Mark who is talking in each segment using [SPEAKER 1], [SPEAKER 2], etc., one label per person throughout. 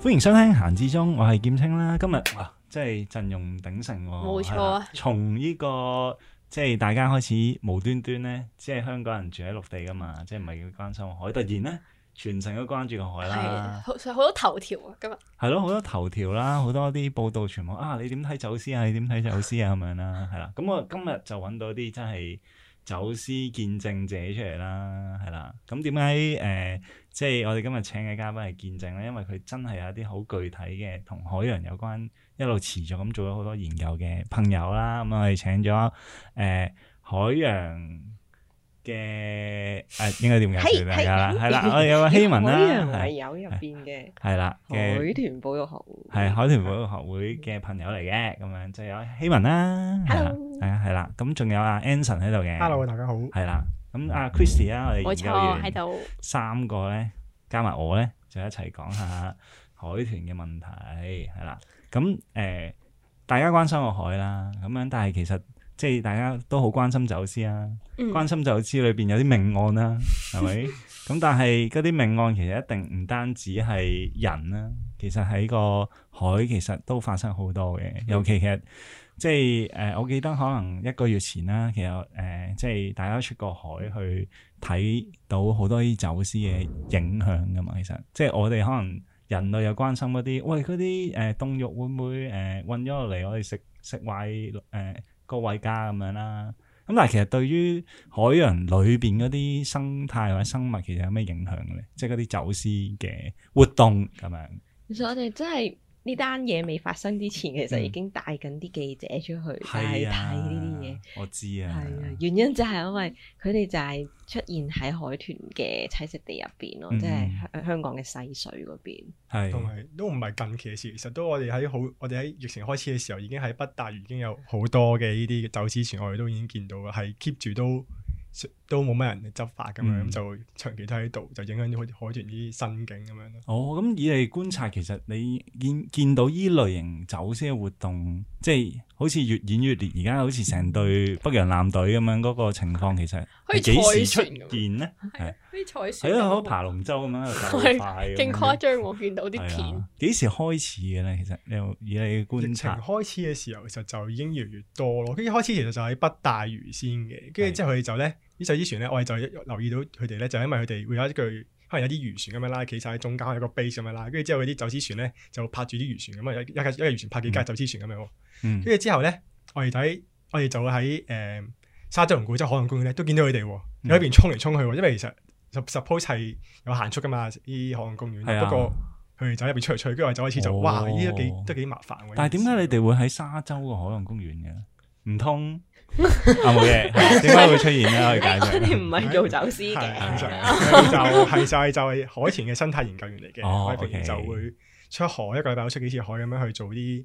[SPEAKER 1] 歡迎收聽閒置中，我係劍青啦。今日哇，即係陣容鼎盛喎，
[SPEAKER 2] 冇錯啊
[SPEAKER 1] 係啦。從呢、個即係大家開始無端端咧，即係香港人住喺陸地噶嘛，即係唔係要關心個海，突然咧全城都關注個海
[SPEAKER 2] 係
[SPEAKER 1] 啦，
[SPEAKER 2] 好好多頭條啊，今日
[SPEAKER 1] 係咯，好多頭條啦，好多啲報道全部啊，你點睇走私啊？你點睇走私啊？咁樣啦，係啦。咁我今日就揾到啲真係走私見證者出嚟啦，係啦。咁點解誒？呃即係我哋今日請嘅嘉賓係見證咧，因為佢真係有一啲好具體嘅同海洋有關，一路持續咁做咗好多研究嘅朋友啦。咁、我哋請咗誒、呃海洋嘅誒、呃應該點解釋大家啦？係啦，我哋有個希文啦，
[SPEAKER 3] 海洋
[SPEAKER 1] 係
[SPEAKER 3] 係有入邊嘅
[SPEAKER 1] 係啦嘅。
[SPEAKER 3] 海豚保育學會，
[SPEAKER 1] 係海豚保育學會嘅朋友嚟嘅，咁樣就有希文啦，係啦
[SPEAKER 2] Hello
[SPEAKER 1] 係啊，係啦，咁仲有阿 Anson 喺度嘅
[SPEAKER 4] Hello，大家好。
[SPEAKER 1] 係啦，咁阿 Christy 啊啦，我哋研
[SPEAKER 2] 冇
[SPEAKER 1] 究
[SPEAKER 2] 錯喺
[SPEAKER 1] 員
[SPEAKER 2] 度，
[SPEAKER 1] 三個咧，加埋我咧，就一齊講下海豚嘅問題，係啦，咁誒、呃大家關心個海啦，咁樣，但係其實即係大家都好關心走私啊。
[SPEAKER 2] 嗯
[SPEAKER 1] 關心就知裏邊有啲命案啦，係咪？咁但係嗰啲命案其實一定唔單止係人啦，其實喺個海其實都發生好多嘅。尤其其實即係誒、呃我記得可能一個月前啦，其實誒、呃即係大家出過海去睇到好多啲走私嘅影響噶嘛。其實即係我哋可能人類又關心嗰啲，喂嗰啲誒凍肉會唔會誒運咗落嚟，我哋食食壞誒個胃家咁樣啦。咁但係其實對於海洋裏邊嗰啲生態或者生物，其實有咩影響嘅咧？即係嗰啲走私嘅活動咁樣。
[SPEAKER 3] 其實我哋真係呢單嘢未發生之前，其實
[SPEAKER 1] 嗯
[SPEAKER 3] 已經帶緊啲記者出去係睇
[SPEAKER 1] à.
[SPEAKER 4] 啊
[SPEAKER 3] 呢啲嘢。，
[SPEAKER 1] 我知
[SPEAKER 3] 係
[SPEAKER 1] 啊。
[SPEAKER 3] 啊，原因就係因為佢哋就係出現喺海豚嘅棲息地入邊咯，
[SPEAKER 1] 嗯
[SPEAKER 3] 即係香香港嘅西水嗰邊。
[SPEAKER 1] 係
[SPEAKER 4] 同埋都唔係近期嘅事，其實都我哋喺好，我哋喺疫情開始嘅時候，已經喺北大嶼已經有好多嘅呢啲走私船，我哋都已經見到啦，係 keep 住都都冇乜人執法咁樣，咁、
[SPEAKER 1] 嗯
[SPEAKER 4] 就長期都喺度，就影響咗海海豚啲生境咁樣咯。
[SPEAKER 1] 哦，咁以你觀察，其實你見見到依類型走私嘅活動，即係好似越演越烈，而家好似成隊北洋艦隊咁樣嗰個情況，其實
[SPEAKER 2] 好
[SPEAKER 1] 係
[SPEAKER 2] 似
[SPEAKER 1] 幾時出
[SPEAKER 2] 賽船咁
[SPEAKER 1] 現咧？係
[SPEAKER 2] 啲彩
[SPEAKER 1] 係啊咯，好似爬龍舟咁樣喺度走
[SPEAKER 2] 係
[SPEAKER 1] 快咁樣，
[SPEAKER 2] 勁誇張喎，見到啲
[SPEAKER 1] 係
[SPEAKER 2] 片
[SPEAKER 1] 啊，幾時開始嘅咧？其實你有以你嘅
[SPEAKER 4] 疫
[SPEAKER 1] 觀
[SPEAKER 4] 情
[SPEAKER 1] 察，
[SPEAKER 4] 開始嘅時候，其實就已經越嚟越多咯。跟住開始其實就喺北大嶼先嘅，跟住之後佢哋就咧，呢就之前咧，我哋就留意到佢哋咧，就因為佢哋會有一句。可能有啲漁船咁樣啦，企晒喺中間有個 base 咁樣啦，跟住之後嗰啲走私船咧就拍住啲漁船咁啊，一一架一架漁船拍幾架走私船咁樣喎。
[SPEAKER 1] 嗯
[SPEAKER 4] 跟住之後咧，我哋睇我哋就會喺誒、嗯沙洲同古洲海洋公園咧，都見到佢哋喎，
[SPEAKER 1] 嗯
[SPEAKER 4] 有一邊衝嚟衝去喎，因為其實 sup- suppose 係有限速噶嘛，依海洋公園。
[SPEAKER 1] 係啊
[SPEAKER 4] 不過佢哋就一邊出嚟出去，跟住我哋走開始就
[SPEAKER 1] 哦
[SPEAKER 4] 哇，呢都幾都幾麻煩喎。
[SPEAKER 1] 但係點解你
[SPEAKER 4] 哋？
[SPEAKER 1] 哋會喺沙洲個海洋公園嘅？唔 通啊冇嘢，係點解會出現咧？可以
[SPEAKER 4] Dạ,
[SPEAKER 1] 解
[SPEAKER 3] 我 哋唔
[SPEAKER 1] 釋。
[SPEAKER 3] 係做走私
[SPEAKER 4] 係
[SPEAKER 3] 嘅，
[SPEAKER 4] 係就
[SPEAKER 1] 係
[SPEAKER 4] 係係就係就係海豚嘅生態研究員嚟嘅，
[SPEAKER 1] 哦
[SPEAKER 4] 我哋平時
[SPEAKER 1] OK
[SPEAKER 4] 就會出海一個禮拜出幾次海咁樣去做啲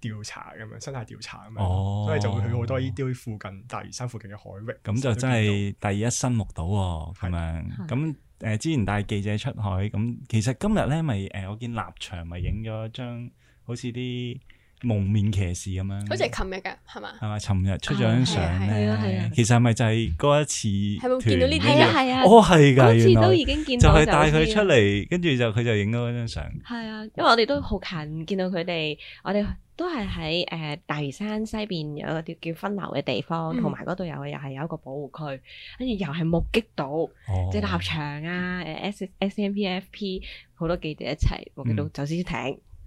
[SPEAKER 4] 調查咁樣生態調查咁樣，
[SPEAKER 1] 哦
[SPEAKER 4] 所以就會去好多呢啲附近大嶼山附近嘅海域。
[SPEAKER 1] 咁就真
[SPEAKER 4] 都見到
[SPEAKER 1] 係第一身目睹喎，咁樣
[SPEAKER 3] 係
[SPEAKER 1] 咁誒之前帶記者出海，咁其實今日咧咪誒我見立場咪影咗張好似啲蒙面騎士咁樣，
[SPEAKER 2] 好似係琴日㗎，係嘛？
[SPEAKER 1] 係咪？尋日出咗張相
[SPEAKER 3] 係啊係啊係
[SPEAKER 1] 咧
[SPEAKER 3] 啊，
[SPEAKER 1] 其實係咪就係嗰一次
[SPEAKER 2] 係咪會見到呢啲
[SPEAKER 1] 團
[SPEAKER 3] 係啊係啊，
[SPEAKER 1] 哦係㗎，
[SPEAKER 3] 嗰次
[SPEAKER 1] 原來
[SPEAKER 3] 都已經見
[SPEAKER 1] 就
[SPEAKER 3] 到
[SPEAKER 1] 係帶
[SPEAKER 3] 走
[SPEAKER 1] 佢
[SPEAKER 3] 私
[SPEAKER 1] 出
[SPEAKER 3] 啦
[SPEAKER 1] 嚟，跟住就佢就影咗嗰張相。
[SPEAKER 3] 係啊，因為我哋都好近，見到佢哋，我哋都係喺誒大嶼山西邊有一個叫叫分流嘅地方，
[SPEAKER 2] 嗯
[SPEAKER 3] 同埋嗰度又又係有一個保護區，跟住又係目擊到、
[SPEAKER 1] 哦
[SPEAKER 3] 即係立場啊、誒 S S M P F P 好多記者一齊目擊到走私艇，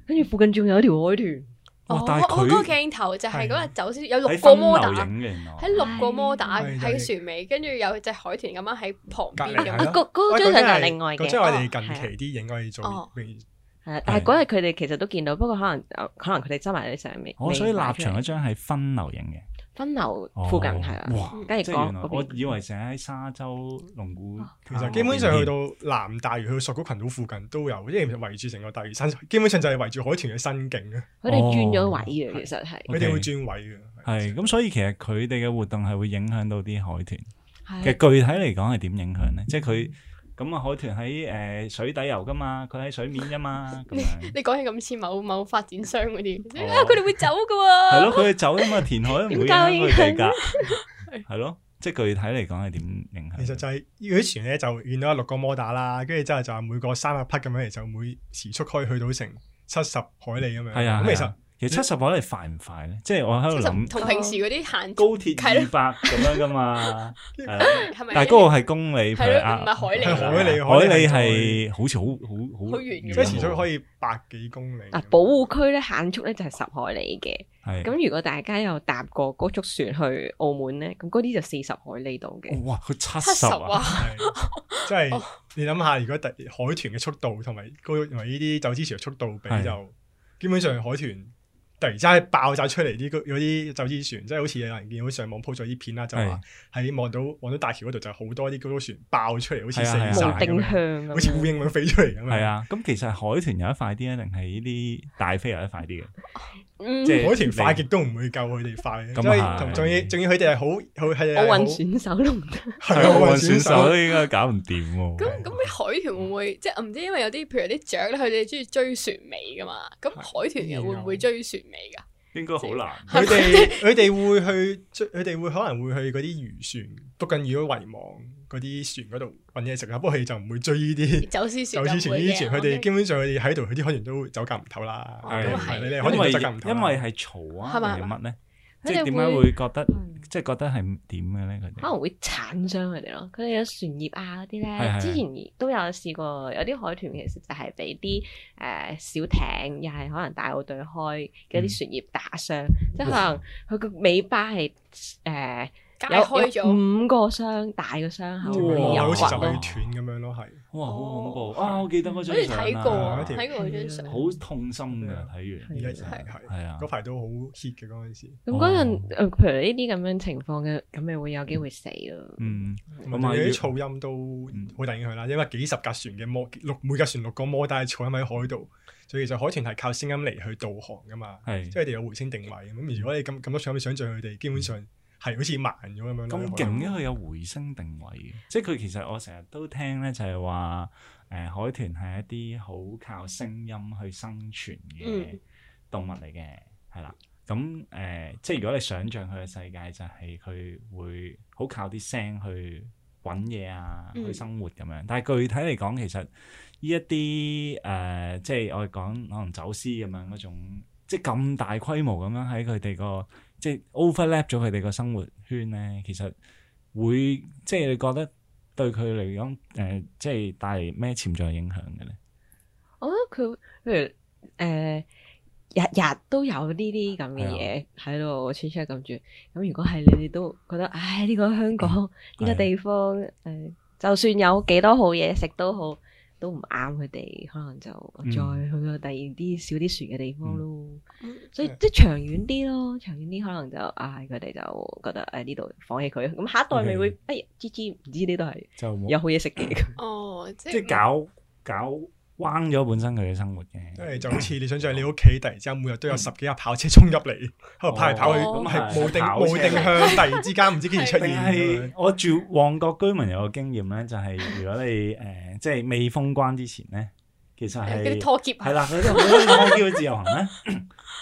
[SPEAKER 3] 跟住附近仲有一條海豚，
[SPEAKER 1] 哇
[SPEAKER 2] 哦
[SPEAKER 1] 但係
[SPEAKER 2] 我我嗰個
[SPEAKER 1] 佢
[SPEAKER 2] 鏡頭就係嗰日走私有六
[SPEAKER 1] 喺
[SPEAKER 2] 個
[SPEAKER 1] 分
[SPEAKER 2] 摩打
[SPEAKER 1] 流，影嘅原來
[SPEAKER 2] 喺六個摩打
[SPEAKER 4] 係
[SPEAKER 2] 喺船尾，跟住有隻海豚咁樣喺旁邊
[SPEAKER 4] 隔離
[SPEAKER 2] 咁
[SPEAKER 4] 係
[SPEAKER 3] 啊
[SPEAKER 4] 咯
[SPEAKER 2] 樣。
[SPEAKER 3] 嗰嗰張相就係另外嘅
[SPEAKER 4] 嗰。張我哋
[SPEAKER 3] 哦係啊
[SPEAKER 4] 近期啲影我哋
[SPEAKER 2] 哦
[SPEAKER 4] 做，未
[SPEAKER 3] 係啊但係嗰日佢哋其實都見到，不過可能哦可能佢哋執埋啲相未。
[SPEAKER 1] 哦，所以
[SPEAKER 3] 未
[SPEAKER 1] 立
[SPEAKER 3] 擺
[SPEAKER 1] 場
[SPEAKER 3] 出嚟
[SPEAKER 1] 嗰張係分流影嘅，
[SPEAKER 3] 分流
[SPEAKER 1] 哦
[SPEAKER 3] 附近係啦，
[SPEAKER 1] 哇！
[SPEAKER 3] 跟
[SPEAKER 1] 即
[SPEAKER 3] 住
[SPEAKER 1] 係
[SPEAKER 3] 講
[SPEAKER 1] 原來
[SPEAKER 3] 嗰
[SPEAKER 1] 我
[SPEAKER 3] 邊哦
[SPEAKER 1] 以為成喺沙洲龍鼓灘
[SPEAKER 4] 其
[SPEAKER 1] 嗰邊添，
[SPEAKER 4] 實基本上去到南大嶼去到索罟群島附近都有，因為其實圍住成個大嶼山，基本上就係圍住海豚嘅生境啊！
[SPEAKER 3] 佢哋轉咗
[SPEAKER 1] 哦
[SPEAKER 3] 位嘅，其實係。
[SPEAKER 4] 佢哋會轉位嘅。
[SPEAKER 1] 係咁，所以其實佢哋嘅活動係會影響到啲海豚。
[SPEAKER 3] 係啊
[SPEAKER 1] 嗯其實具體嚟講係點影響咧？即係佢咁啊，海豚喺誒呃水底游噶嘛，佢喺水面啫嘛，咁樣
[SPEAKER 2] 你講起咁似某某發展商嗰啲，
[SPEAKER 1] 哦
[SPEAKER 2] 啊佢哋會走㗎
[SPEAKER 1] 係
[SPEAKER 2] 喎。
[SPEAKER 1] 咯，佢哋走啊嘛，填海唔會
[SPEAKER 3] 點
[SPEAKER 1] 影
[SPEAKER 3] 解
[SPEAKER 1] 響
[SPEAKER 3] 會
[SPEAKER 1] 佢哋
[SPEAKER 3] 影
[SPEAKER 1] 㗎，係咯。即係具體嚟講係點影響？
[SPEAKER 4] 其實就係嗰啲船咧，就見到有六個摩打啦，跟住之後就係每個三百匹咁樣，就每時速可以去到成七十海里咁樣。
[SPEAKER 1] 係啊，
[SPEAKER 4] 咁其
[SPEAKER 1] 係
[SPEAKER 4] 實
[SPEAKER 1] 啊其實七十海里快唔快咧？即係我喺度諗
[SPEAKER 2] 同平時嗰啲行
[SPEAKER 1] 高鐵
[SPEAKER 2] 係
[SPEAKER 1] 二
[SPEAKER 2] 咯
[SPEAKER 1] 百咁樣噶 嘛，係啦
[SPEAKER 2] 係咪？
[SPEAKER 1] 但係嗰個係公里
[SPEAKER 2] 係咯唔
[SPEAKER 1] 啊，
[SPEAKER 2] 係海里
[SPEAKER 4] 係海里
[SPEAKER 1] 海里
[SPEAKER 4] 海
[SPEAKER 1] 係
[SPEAKER 4] 里
[SPEAKER 1] 好似好好好
[SPEAKER 2] 好遠嘅
[SPEAKER 4] 即係時速可
[SPEAKER 1] 以
[SPEAKER 4] 以百幾公里。
[SPEAKER 3] 啊嗱，保護區咧限速咧就係十海里嘅。
[SPEAKER 1] 係
[SPEAKER 3] 咁如果大家有搭過高速船去澳門咧，咁嗰啲就四十海里度嘅。
[SPEAKER 1] 哇，佢七
[SPEAKER 2] 七
[SPEAKER 1] 十
[SPEAKER 2] 十
[SPEAKER 1] 啊！
[SPEAKER 2] 啊，
[SPEAKER 4] 係即係
[SPEAKER 3] 哦
[SPEAKER 4] 你諗下，如果特海豚嘅速度同埋高同埋呢啲走之船嘅速度比
[SPEAKER 1] 係
[SPEAKER 4] 就，基本上海豚突然之間爆炸出嚟啲嗰啲走之船，即係好似有人見到上網 po 咗啲片啦，就話喺望到望到大橋嗰度就好多啲高速船爆出嚟，好似
[SPEAKER 1] 係
[SPEAKER 4] 四
[SPEAKER 1] 啊係
[SPEAKER 4] 散
[SPEAKER 1] 啊
[SPEAKER 3] 冇
[SPEAKER 4] 咁
[SPEAKER 3] 定
[SPEAKER 4] 樣，
[SPEAKER 3] 向
[SPEAKER 4] 好似烏
[SPEAKER 3] 咁，
[SPEAKER 4] 蠅咁樣飛出嚟咁
[SPEAKER 1] 係
[SPEAKER 4] 樣。
[SPEAKER 1] 啊，咁其實海豚有得快啲啊，定係呢啲大飛有得快啲嘅？
[SPEAKER 3] 嗯
[SPEAKER 1] 即係
[SPEAKER 4] 海豚快極都唔會夠佢哋快嘅，
[SPEAKER 1] 啊咁啊
[SPEAKER 4] 因為
[SPEAKER 1] 係
[SPEAKER 4] 同仲要仲要佢哋係好好係
[SPEAKER 1] 啊
[SPEAKER 3] 奧運啊選手都唔得。
[SPEAKER 4] 係
[SPEAKER 1] 係啊
[SPEAKER 4] 奧
[SPEAKER 1] 奧運
[SPEAKER 4] 運
[SPEAKER 1] 選
[SPEAKER 4] 選
[SPEAKER 1] 手
[SPEAKER 4] 手
[SPEAKER 1] 都應該搞唔掂喎。
[SPEAKER 2] 咁咁啲海豚會唔會即係唔知？因為有啲譬如有啲雀咧，佢哋中意追船尾噶嘛。咁海豚又會唔會追船尾㗎？
[SPEAKER 1] 應該好難。
[SPEAKER 4] 佢哋佢哋會去追，佢哋會可能會去嗰啲漁船捉緊魚圍網嗰啲船嗰度揾嘢食啊啦。不過佢哋就唔會追呢啲
[SPEAKER 2] 走私船
[SPEAKER 4] 走之
[SPEAKER 2] 就唔
[SPEAKER 4] 前
[SPEAKER 2] 會
[SPEAKER 4] 呢
[SPEAKER 2] 嘅
[SPEAKER 4] 啲船，佢哋
[SPEAKER 2] OK
[SPEAKER 4] 基本上佢哋喺度，佢啲海豚都走夾唔透啦。
[SPEAKER 2] 哦
[SPEAKER 1] 咁
[SPEAKER 2] 係
[SPEAKER 4] 你你海
[SPEAKER 1] 因
[SPEAKER 4] 豚
[SPEAKER 1] 為
[SPEAKER 4] 都走夾唔透啦。
[SPEAKER 1] 因為係嘈啊，
[SPEAKER 2] 係嘛
[SPEAKER 1] 定係乜咧？
[SPEAKER 3] 佢
[SPEAKER 1] 即
[SPEAKER 3] 哋
[SPEAKER 1] 係點解
[SPEAKER 3] 會
[SPEAKER 1] 會覺得
[SPEAKER 3] 嗯，
[SPEAKER 1] 即係覺得係點嘅咧？佢
[SPEAKER 3] 可
[SPEAKER 1] 哋
[SPEAKER 3] 能會鏟傷佢哋咯。佢哋有船葉啊嗰
[SPEAKER 1] 係
[SPEAKER 3] 啲
[SPEAKER 1] 係
[SPEAKER 3] 咧，之前都有試過，有啲海豚其實就係俾啲誒小艇，又係可能大澳對開嘅
[SPEAKER 1] 嗯
[SPEAKER 3] 啲船葉打傷，即係可能佢個尾巴係呃誒
[SPEAKER 2] 解
[SPEAKER 3] 有
[SPEAKER 2] 開咗。
[SPEAKER 3] 有五個傷大嘅傷口，
[SPEAKER 1] 哇
[SPEAKER 3] 有啊
[SPEAKER 4] 好似
[SPEAKER 3] 骨
[SPEAKER 4] 就
[SPEAKER 3] 咯
[SPEAKER 4] 會斷咁樣咯，係
[SPEAKER 1] 哇，好恐怖
[SPEAKER 2] 哦
[SPEAKER 1] 啊！我記得嗰
[SPEAKER 2] 好
[SPEAKER 1] 張
[SPEAKER 2] 似
[SPEAKER 1] 相
[SPEAKER 2] 睇過
[SPEAKER 1] 啊
[SPEAKER 2] 啊，
[SPEAKER 4] 相
[SPEAKER 2] 睇過嗰張相。
[SPEAKER 1] 好痛心㗎。睇完
[SPEAKER 4] 而
[SPEAKER 1] 呢
[SPEAKER 4] 家
[SPEAKER 1] 張
[SPEAKER 4] 啊係係
[SPEAKER 1] 係啊
[SPEAKER 4] 嗰，排都好 hit 嘅嗰陣時。
[SPEAKER 3] 咁嗰陣
[SPEAKER 1] 哦，
[SPEAKER 3] 呃譬如呢啲咁樣情況嘅，咁咪會有機會死咯。
[SPEAKER 1] 嗯，
[SPEAKER 4] 同埋佢啲噪音都好大影響啦，因為幾十架船嘅摩六每架船六個摩打嘅噪音喺海度，所以其實海豚係靠聲音嚟去導航噶嘛，
[SPEAKER 1] 係
[SPEAKER 4] 即係佢哋有回聲定位咁。如果你咁咁多噪音，你想像佢哋基本上係好似慢咗咁樣咯
[SPEAKER 1] 咁勁嘅，佢有回聲定位嘅，即係佢其實我成日都聽咧，就係話誒海豚係一啲好靠聲音去生存嘅
[SPEAKER 2] 嗯
[SPEAKER 1] 動物嚟嘅，係啦。咁誒、呃即係如果你想像佢嘅世界，就係佢會好靠啲聲去揾嘢啊，
[SPEAKER 2] 嗯
[SPEAKER 1] 去生活咁樣。但係具體嚟講，其實呢一啲誒、呃即係我哋講可能走私咁樣嗰種，即係咁大規模咁樣喺佢哋個即係 overlap 咗佢哋個生活圈咧，其實會即係你覺得對佢嚟講誒，即係帶嚟咩潛在影響嘅咧？
[SPEAKER 3] 我覺得佢譬如誒、呃日日都有呢啲咁
[SPEAKER 1] 啊
[SPEAKER 3] 嘅嘢喺度穿出咁住，咁如果係你哋都覺得，唉呢、個香港
[SPEAKER 1] 嗯
[SPEAKER 3] 呢個地方誒、就算有幾多好嘢食都好，都唔啱佢哋，可能就
[SPEAKER 1] 嗯
[SPEAKER 3] 再去到第二啲少啲船嘅地方咯。
[SPEAKER 2] 嗯
[SPEAKER 3] 所以即係長遠啲咯，長遠啲可能就唉佢哋就覺得誒呢度放棄佢，咁下一代咪會哎誒知知唔知呢度係
[SPEAKER 1] 就嗯 冇
[SPEAKER 3] 有好嘢食嘅。
[SPEAKER 2] 哦，即
[SPEAKER 1] 即係搞搞彎咗本身佢嘅生活嘅，
[SPEAKER 4] 即係就好似你想像你屋企突然之間每日都有十幾架跑車衝入嚟，喺度跑嚟跑去，
[SPEAKER 2] 哦
[SPEAKER 1] 嗯
[SPEAKER 4] 係
[SPEAKER 1] 咁啊
[SPEAKER 4] 冇定
[SPEAKER 1] 跑車
[SPEAKER 4] 冇定向，突然之間唔知幾時出
[SPEAKER 1] 定
[SPEAKER 4] 現咁
[SPEAKER 1] 係
[SPEAKER 4] 樣。
[SPEAKER 1] 我住旺角居民有個經驗咧，就係、 如果你誒、呃即係未封關之前咧，其實
[SPEAKER 2] 嗰
[SPEAKER 1] 係
[SPEAKER 2] 啲拖劫啊
[SPEAKER 1] 係啦，佢都好多叫佢自由行咧。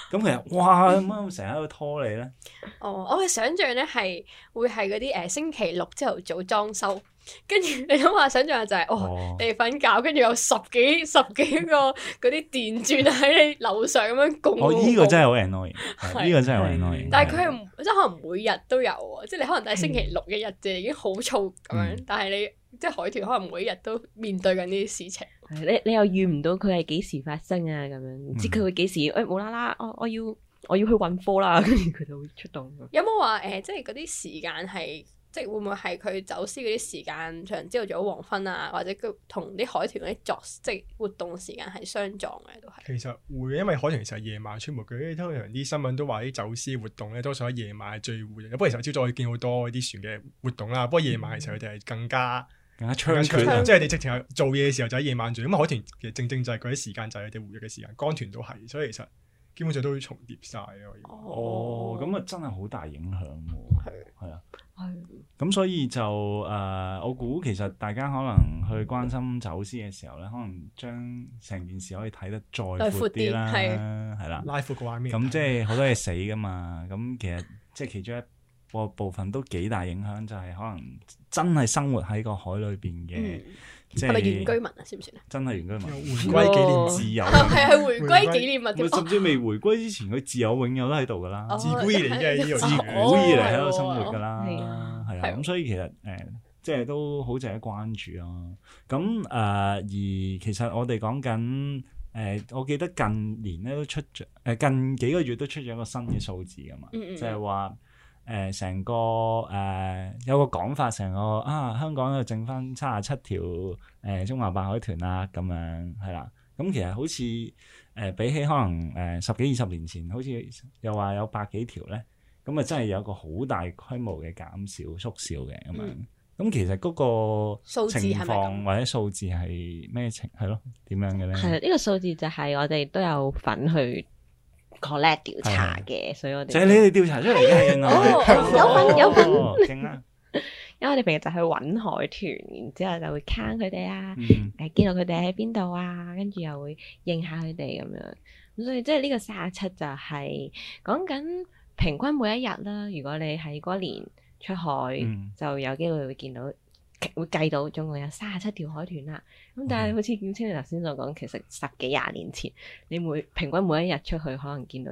[SPEAKER 1] 咁其實哇，咁樣成日喺度拖你咧，
[SPEAKER 2] 哦，我嘅想像咧係會係嗰啲誒星期六朝頭早裝修，跟住你諗下想像就係、哦。
[SPEAKER 1] 哦，
[SPEAKER 2] 你瞓覺，跟住有十幾十幾個嗰啲電鑽喺你樓上咁樣拱。
[SPEAKER 1] 我哦依個真係好 annoying，
[SPEAKER 2] 哦係
[SPEAKER 1] 呢個真係好 annoying。
[SPEAKER 2] 但係佢係唔即係可能每日都有喎，即係你可能都係星期六嘅日啫，已經好燥咁樣。
[SPEAKER 1] 嗯
[SPEAKER 2] 但係你即係海豚可能每日都面對緊呢啲事情。
[SPEAKER 3] 係你你又預唔到佢係幾時發生啊？咁樣唔知
[SPEAKER 1] 嗯
[SPEAKER 3] 佢會幾時誒無啦啦，我我要我要去運貨啦， 跟住佢就會出動。
[SPEAKER 2] 有冇話誒，即係嗰啲時間係即係會唔會係佢走私嗰啲時間，長朝頭早黃昏啊，或者佢同啲海豚嗰啲作即係活動時間係相撞嘅都係。
[SPEAKER 4] 其實會，因為海豚其實係夜晚出沒嘅，通常啲新聞都話啲哎走私活動咧，多數喺夜晚係最活躍。不過其實朝早我見好多啲船嘅活動啦，不過夜晚其實佢哋係更加
[SPEAKER 1] 更加
[SPEAKER 4] 更
[SPEAKER 1] 猖
[SPEAKER 4] 加
[SPEAKER 1] 獗
[SPEAKER 4] 猖
[SPEAKER 1] 啊
[SPEAKER 4] 獗，即係你直情係做嘢嘅時候就喺夜晚做。咁海豚其實正正就係嗰啲時間就係佢哋活躍嘅時間，江豚都係，所以其實基本上都會重疊晒咯。
[SPEAKER 1] 哦，咁啊真係好大影響喎。係啊，
[SPEAKER 3] 係
[SPEAKER 1] 咁所以就誒、呃我估其實大家可能去關心走私嘅時候咧，可能將成件事可以睇得再闊啲啦，
[SPEAKER 2] 再闊啲
[SPEAKER 1] 係啦。
[SPEAKER 4] 拉闊嘅畫面，
[SPEAKER 1] 咁即係好多嘢死噶嘛，咁其實即係其中一個部分都幾大影響，就係、可能真係生活喺個海裏邊嘅，
[SPEAKER 2] 嗯，
[SPEAKER 1] 即
[SPEAKER 2] 係咪原居
[SPEAKER 1] 係
[SPEAKER 2] 民啊？算 唔算啊？
[SPEAKER 1] 真係原居民
[SPEAKER 4] 有回歸紀念
[SPEAKER 1] 自由
[SPEAKER 2] 啊，係係回
[SPEAKER 4] 回
[SPEAKER 2] 歸
[SPEAKER 4] 歸
[SPEAKER 2] 紀念物
[SPEAKER 1] 咪
[SPEAKER 2] 添。
[SPEAKER 1] 甚至未回歸之前，佢自有永有都喺度噶啦，
[SPEAKER 2] 哦
[SPEAKER 1] 自
[SPEAKER 4] 自古以嚟嘅呢樣
[SPEAKER 1] 自古以嚟喺度生活噶啦，
[SPEAKER 3] 係
[SPEAKER 1] 係
[SPEAKER 3] 啊
[SPEAKER 1] 啊，
[SPEAKER 2] 係啊
[SPEAKER 1] 咁所以其實誒，即係都好值得關注咯。咁誒，而其實我哋講緊誒，我記得近年咧都出咗誒，近幾個月都出咗一個新嘅數字噶嘛，
[SPEAKER 2] 嗯嗯嗯
[SPEAKER 1] 就係話。誒成個誒、有個講法，成個啊香港又剩翻七十七條誒、中華白海豚啦，咁樣係啦。咁其實好似誒、比起可能誒、十幾二十年前，好似又話有百幾條咧，咁啊真係有個好大規模嘅減少縮小嘅咁樣。咁、
[SPEAKER 2] 嗯
[SPEAKER 1] 其實嗰
[SPEAKER 2] 數
[SPEAKER 1] 個
[SPEAKER 2] 字
[SPEAKER 1] 情
[SPEAKER 2] 係咪
[SPEAKER 1] 況
[SPEAKER 2] 咁
[SPEAKER 1] 或者數字係咩情係咯？點樣嘅咧？
[SPEAKER 3] 係啦，啊呢個數字就係我哋都有份去 collect 調查嘅，所以我
[SPEAKER 1] 就係你
[SPEAKER 3] 哋
[SPEAKER 1] 哋調查出嚟嘅，原來
[SPEAKER 2] 哦有份有份
[SPEAKER 1] 哦勁啊！
[SPEAKER 3] 因為我哋平日就去揾海豚，然之後就會 count 佢哋啊，
[SPEAKER 1] 嗯
[SPEAKER 3] 誒記錄佢哋喺邊度啊，跟住又會應下佢哋咁樣。咁所以即係呢個三十七就係講緊平均每一日啦。如果你喺嗰年出海，
[SPEAKER 1] 嗯
[SPEAKER 3] 就有機會會見到。會計到總共有三十七條海豚啦，咁但係好似劍青你頭先所講，其實十幾廿年前，你每平均每一日出去可能見到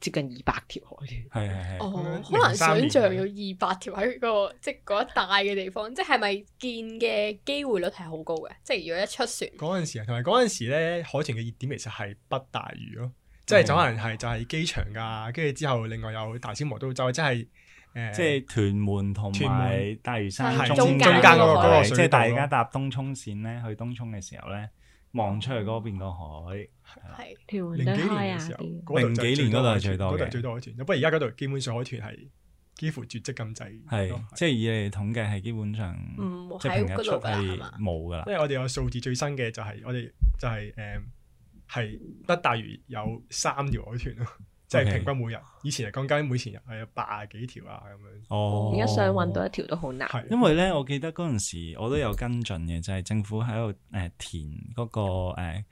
[SPEAKER 3] 接近二百條海豚。
[SPEAKER 1] 係係係。
[SPEAKER 2] 哦，
[SPEAKER 4] 咁樣
[SPEAKER 2] 好難
[SPEAKER 4] 03
[SPEAKER 2] 想
[SPEAKER 4] 年
[SPEAKER 2] 像有二百條喺個即係嗰一帶嘅地方，即係咪見嘅機會率係好高嘅？即係如果一出船，
[SPEAKER 4] 嗰陣時啊，同埋嗰陣時咧，海豚嘅熱點其實係北大嶼咯，即
[SPEAKER 1] 哦
[SPEAKER 4] 係就可能係就係機場㗎，跟住之後另外有大小磨刀洲，即係誒，
[SPEAKER 1] 即係屯門同
[SPEAKER 4] 屯
[SPEAKER 1] 埋
[SPEAKER 4] 門
[SPEAKER 1] 大嶼山
[SPEAKER 4] 係
[SPEAKER 2] 中間
[SPEAKER 1] 間
[SPEAKER 2] 嗰個
[SPEAKER 1] 嗰個
[SPEAKER 2] 嗰個
[SPEAKER 1] 位，
[SPEAKER 4] 隧
[SPEAKER 1] 即
[SPEAKER 4] 道
[SPEAKER 1] 係大
[SPEAKER 4] 咯
[SPEAKER 1] 家搭東涌線咧，去東涌嘅時候咧，望出去嗰邊個海。
[SPEAKER 2] 係
[SPEAKER 3] 屯門
[SPEAKER 4] 零
[SPEAKER 3] 對
[SPEAKER 4] 幾
[SPEAKER 3] 開
[SPEAKER 4] 年
[SPEAKER 3] 啊
[SPEAKER 4] 嘅時候
[SPEAKER 3] 啲，
[SPEAKER 4] 嗰度就
[SPEAKER 1] 零幾年嗰度係最多嘅
[SPEAKER 4] 嗰度係最多海豚。不過而家嗰度基本上海豚係幾乎絕跡咁滯，
[SPEAKER 1] 係
[SPEAKER 4] 咯，
[SPEAKER 1] 即係以你哋統計係基本上
[SPEAKER 2] 唔
[SPEAKER 1] 即係
[SPEAKER 2] 嗯喺
[SPEAKER 1] 平
[SPEAKER 2] 嗰
[SPEAKER 1] 日
[SPEAKER 2] 度
[SPEAKER 1] 速
[SPEAKER 2] 㗎啦係
[SPEAKER 1] 係
[SPEAKER 2] 嘛？
[SPEAKER 1] 冇噶啦
[SPEAKER 4] 因，為我哋有數字最新嘅就係我哋就係誒係北大嶼有三條海豚咯，即係
[SPEAKER 1] OK
[SPEAKER 4] 平均每日。以前係講緊每前日係有八十幾條啊咁樣。
[SPEAKER 1] 哦，
[SPEAKER 3] 而家想揾到一條都好難。
[SPEAKER 4] 係
[SPEAKER 1] 因為咧，我記得嗰陣時我都有跟進嘅，就係、政府喺度誒填嗰、個、呃、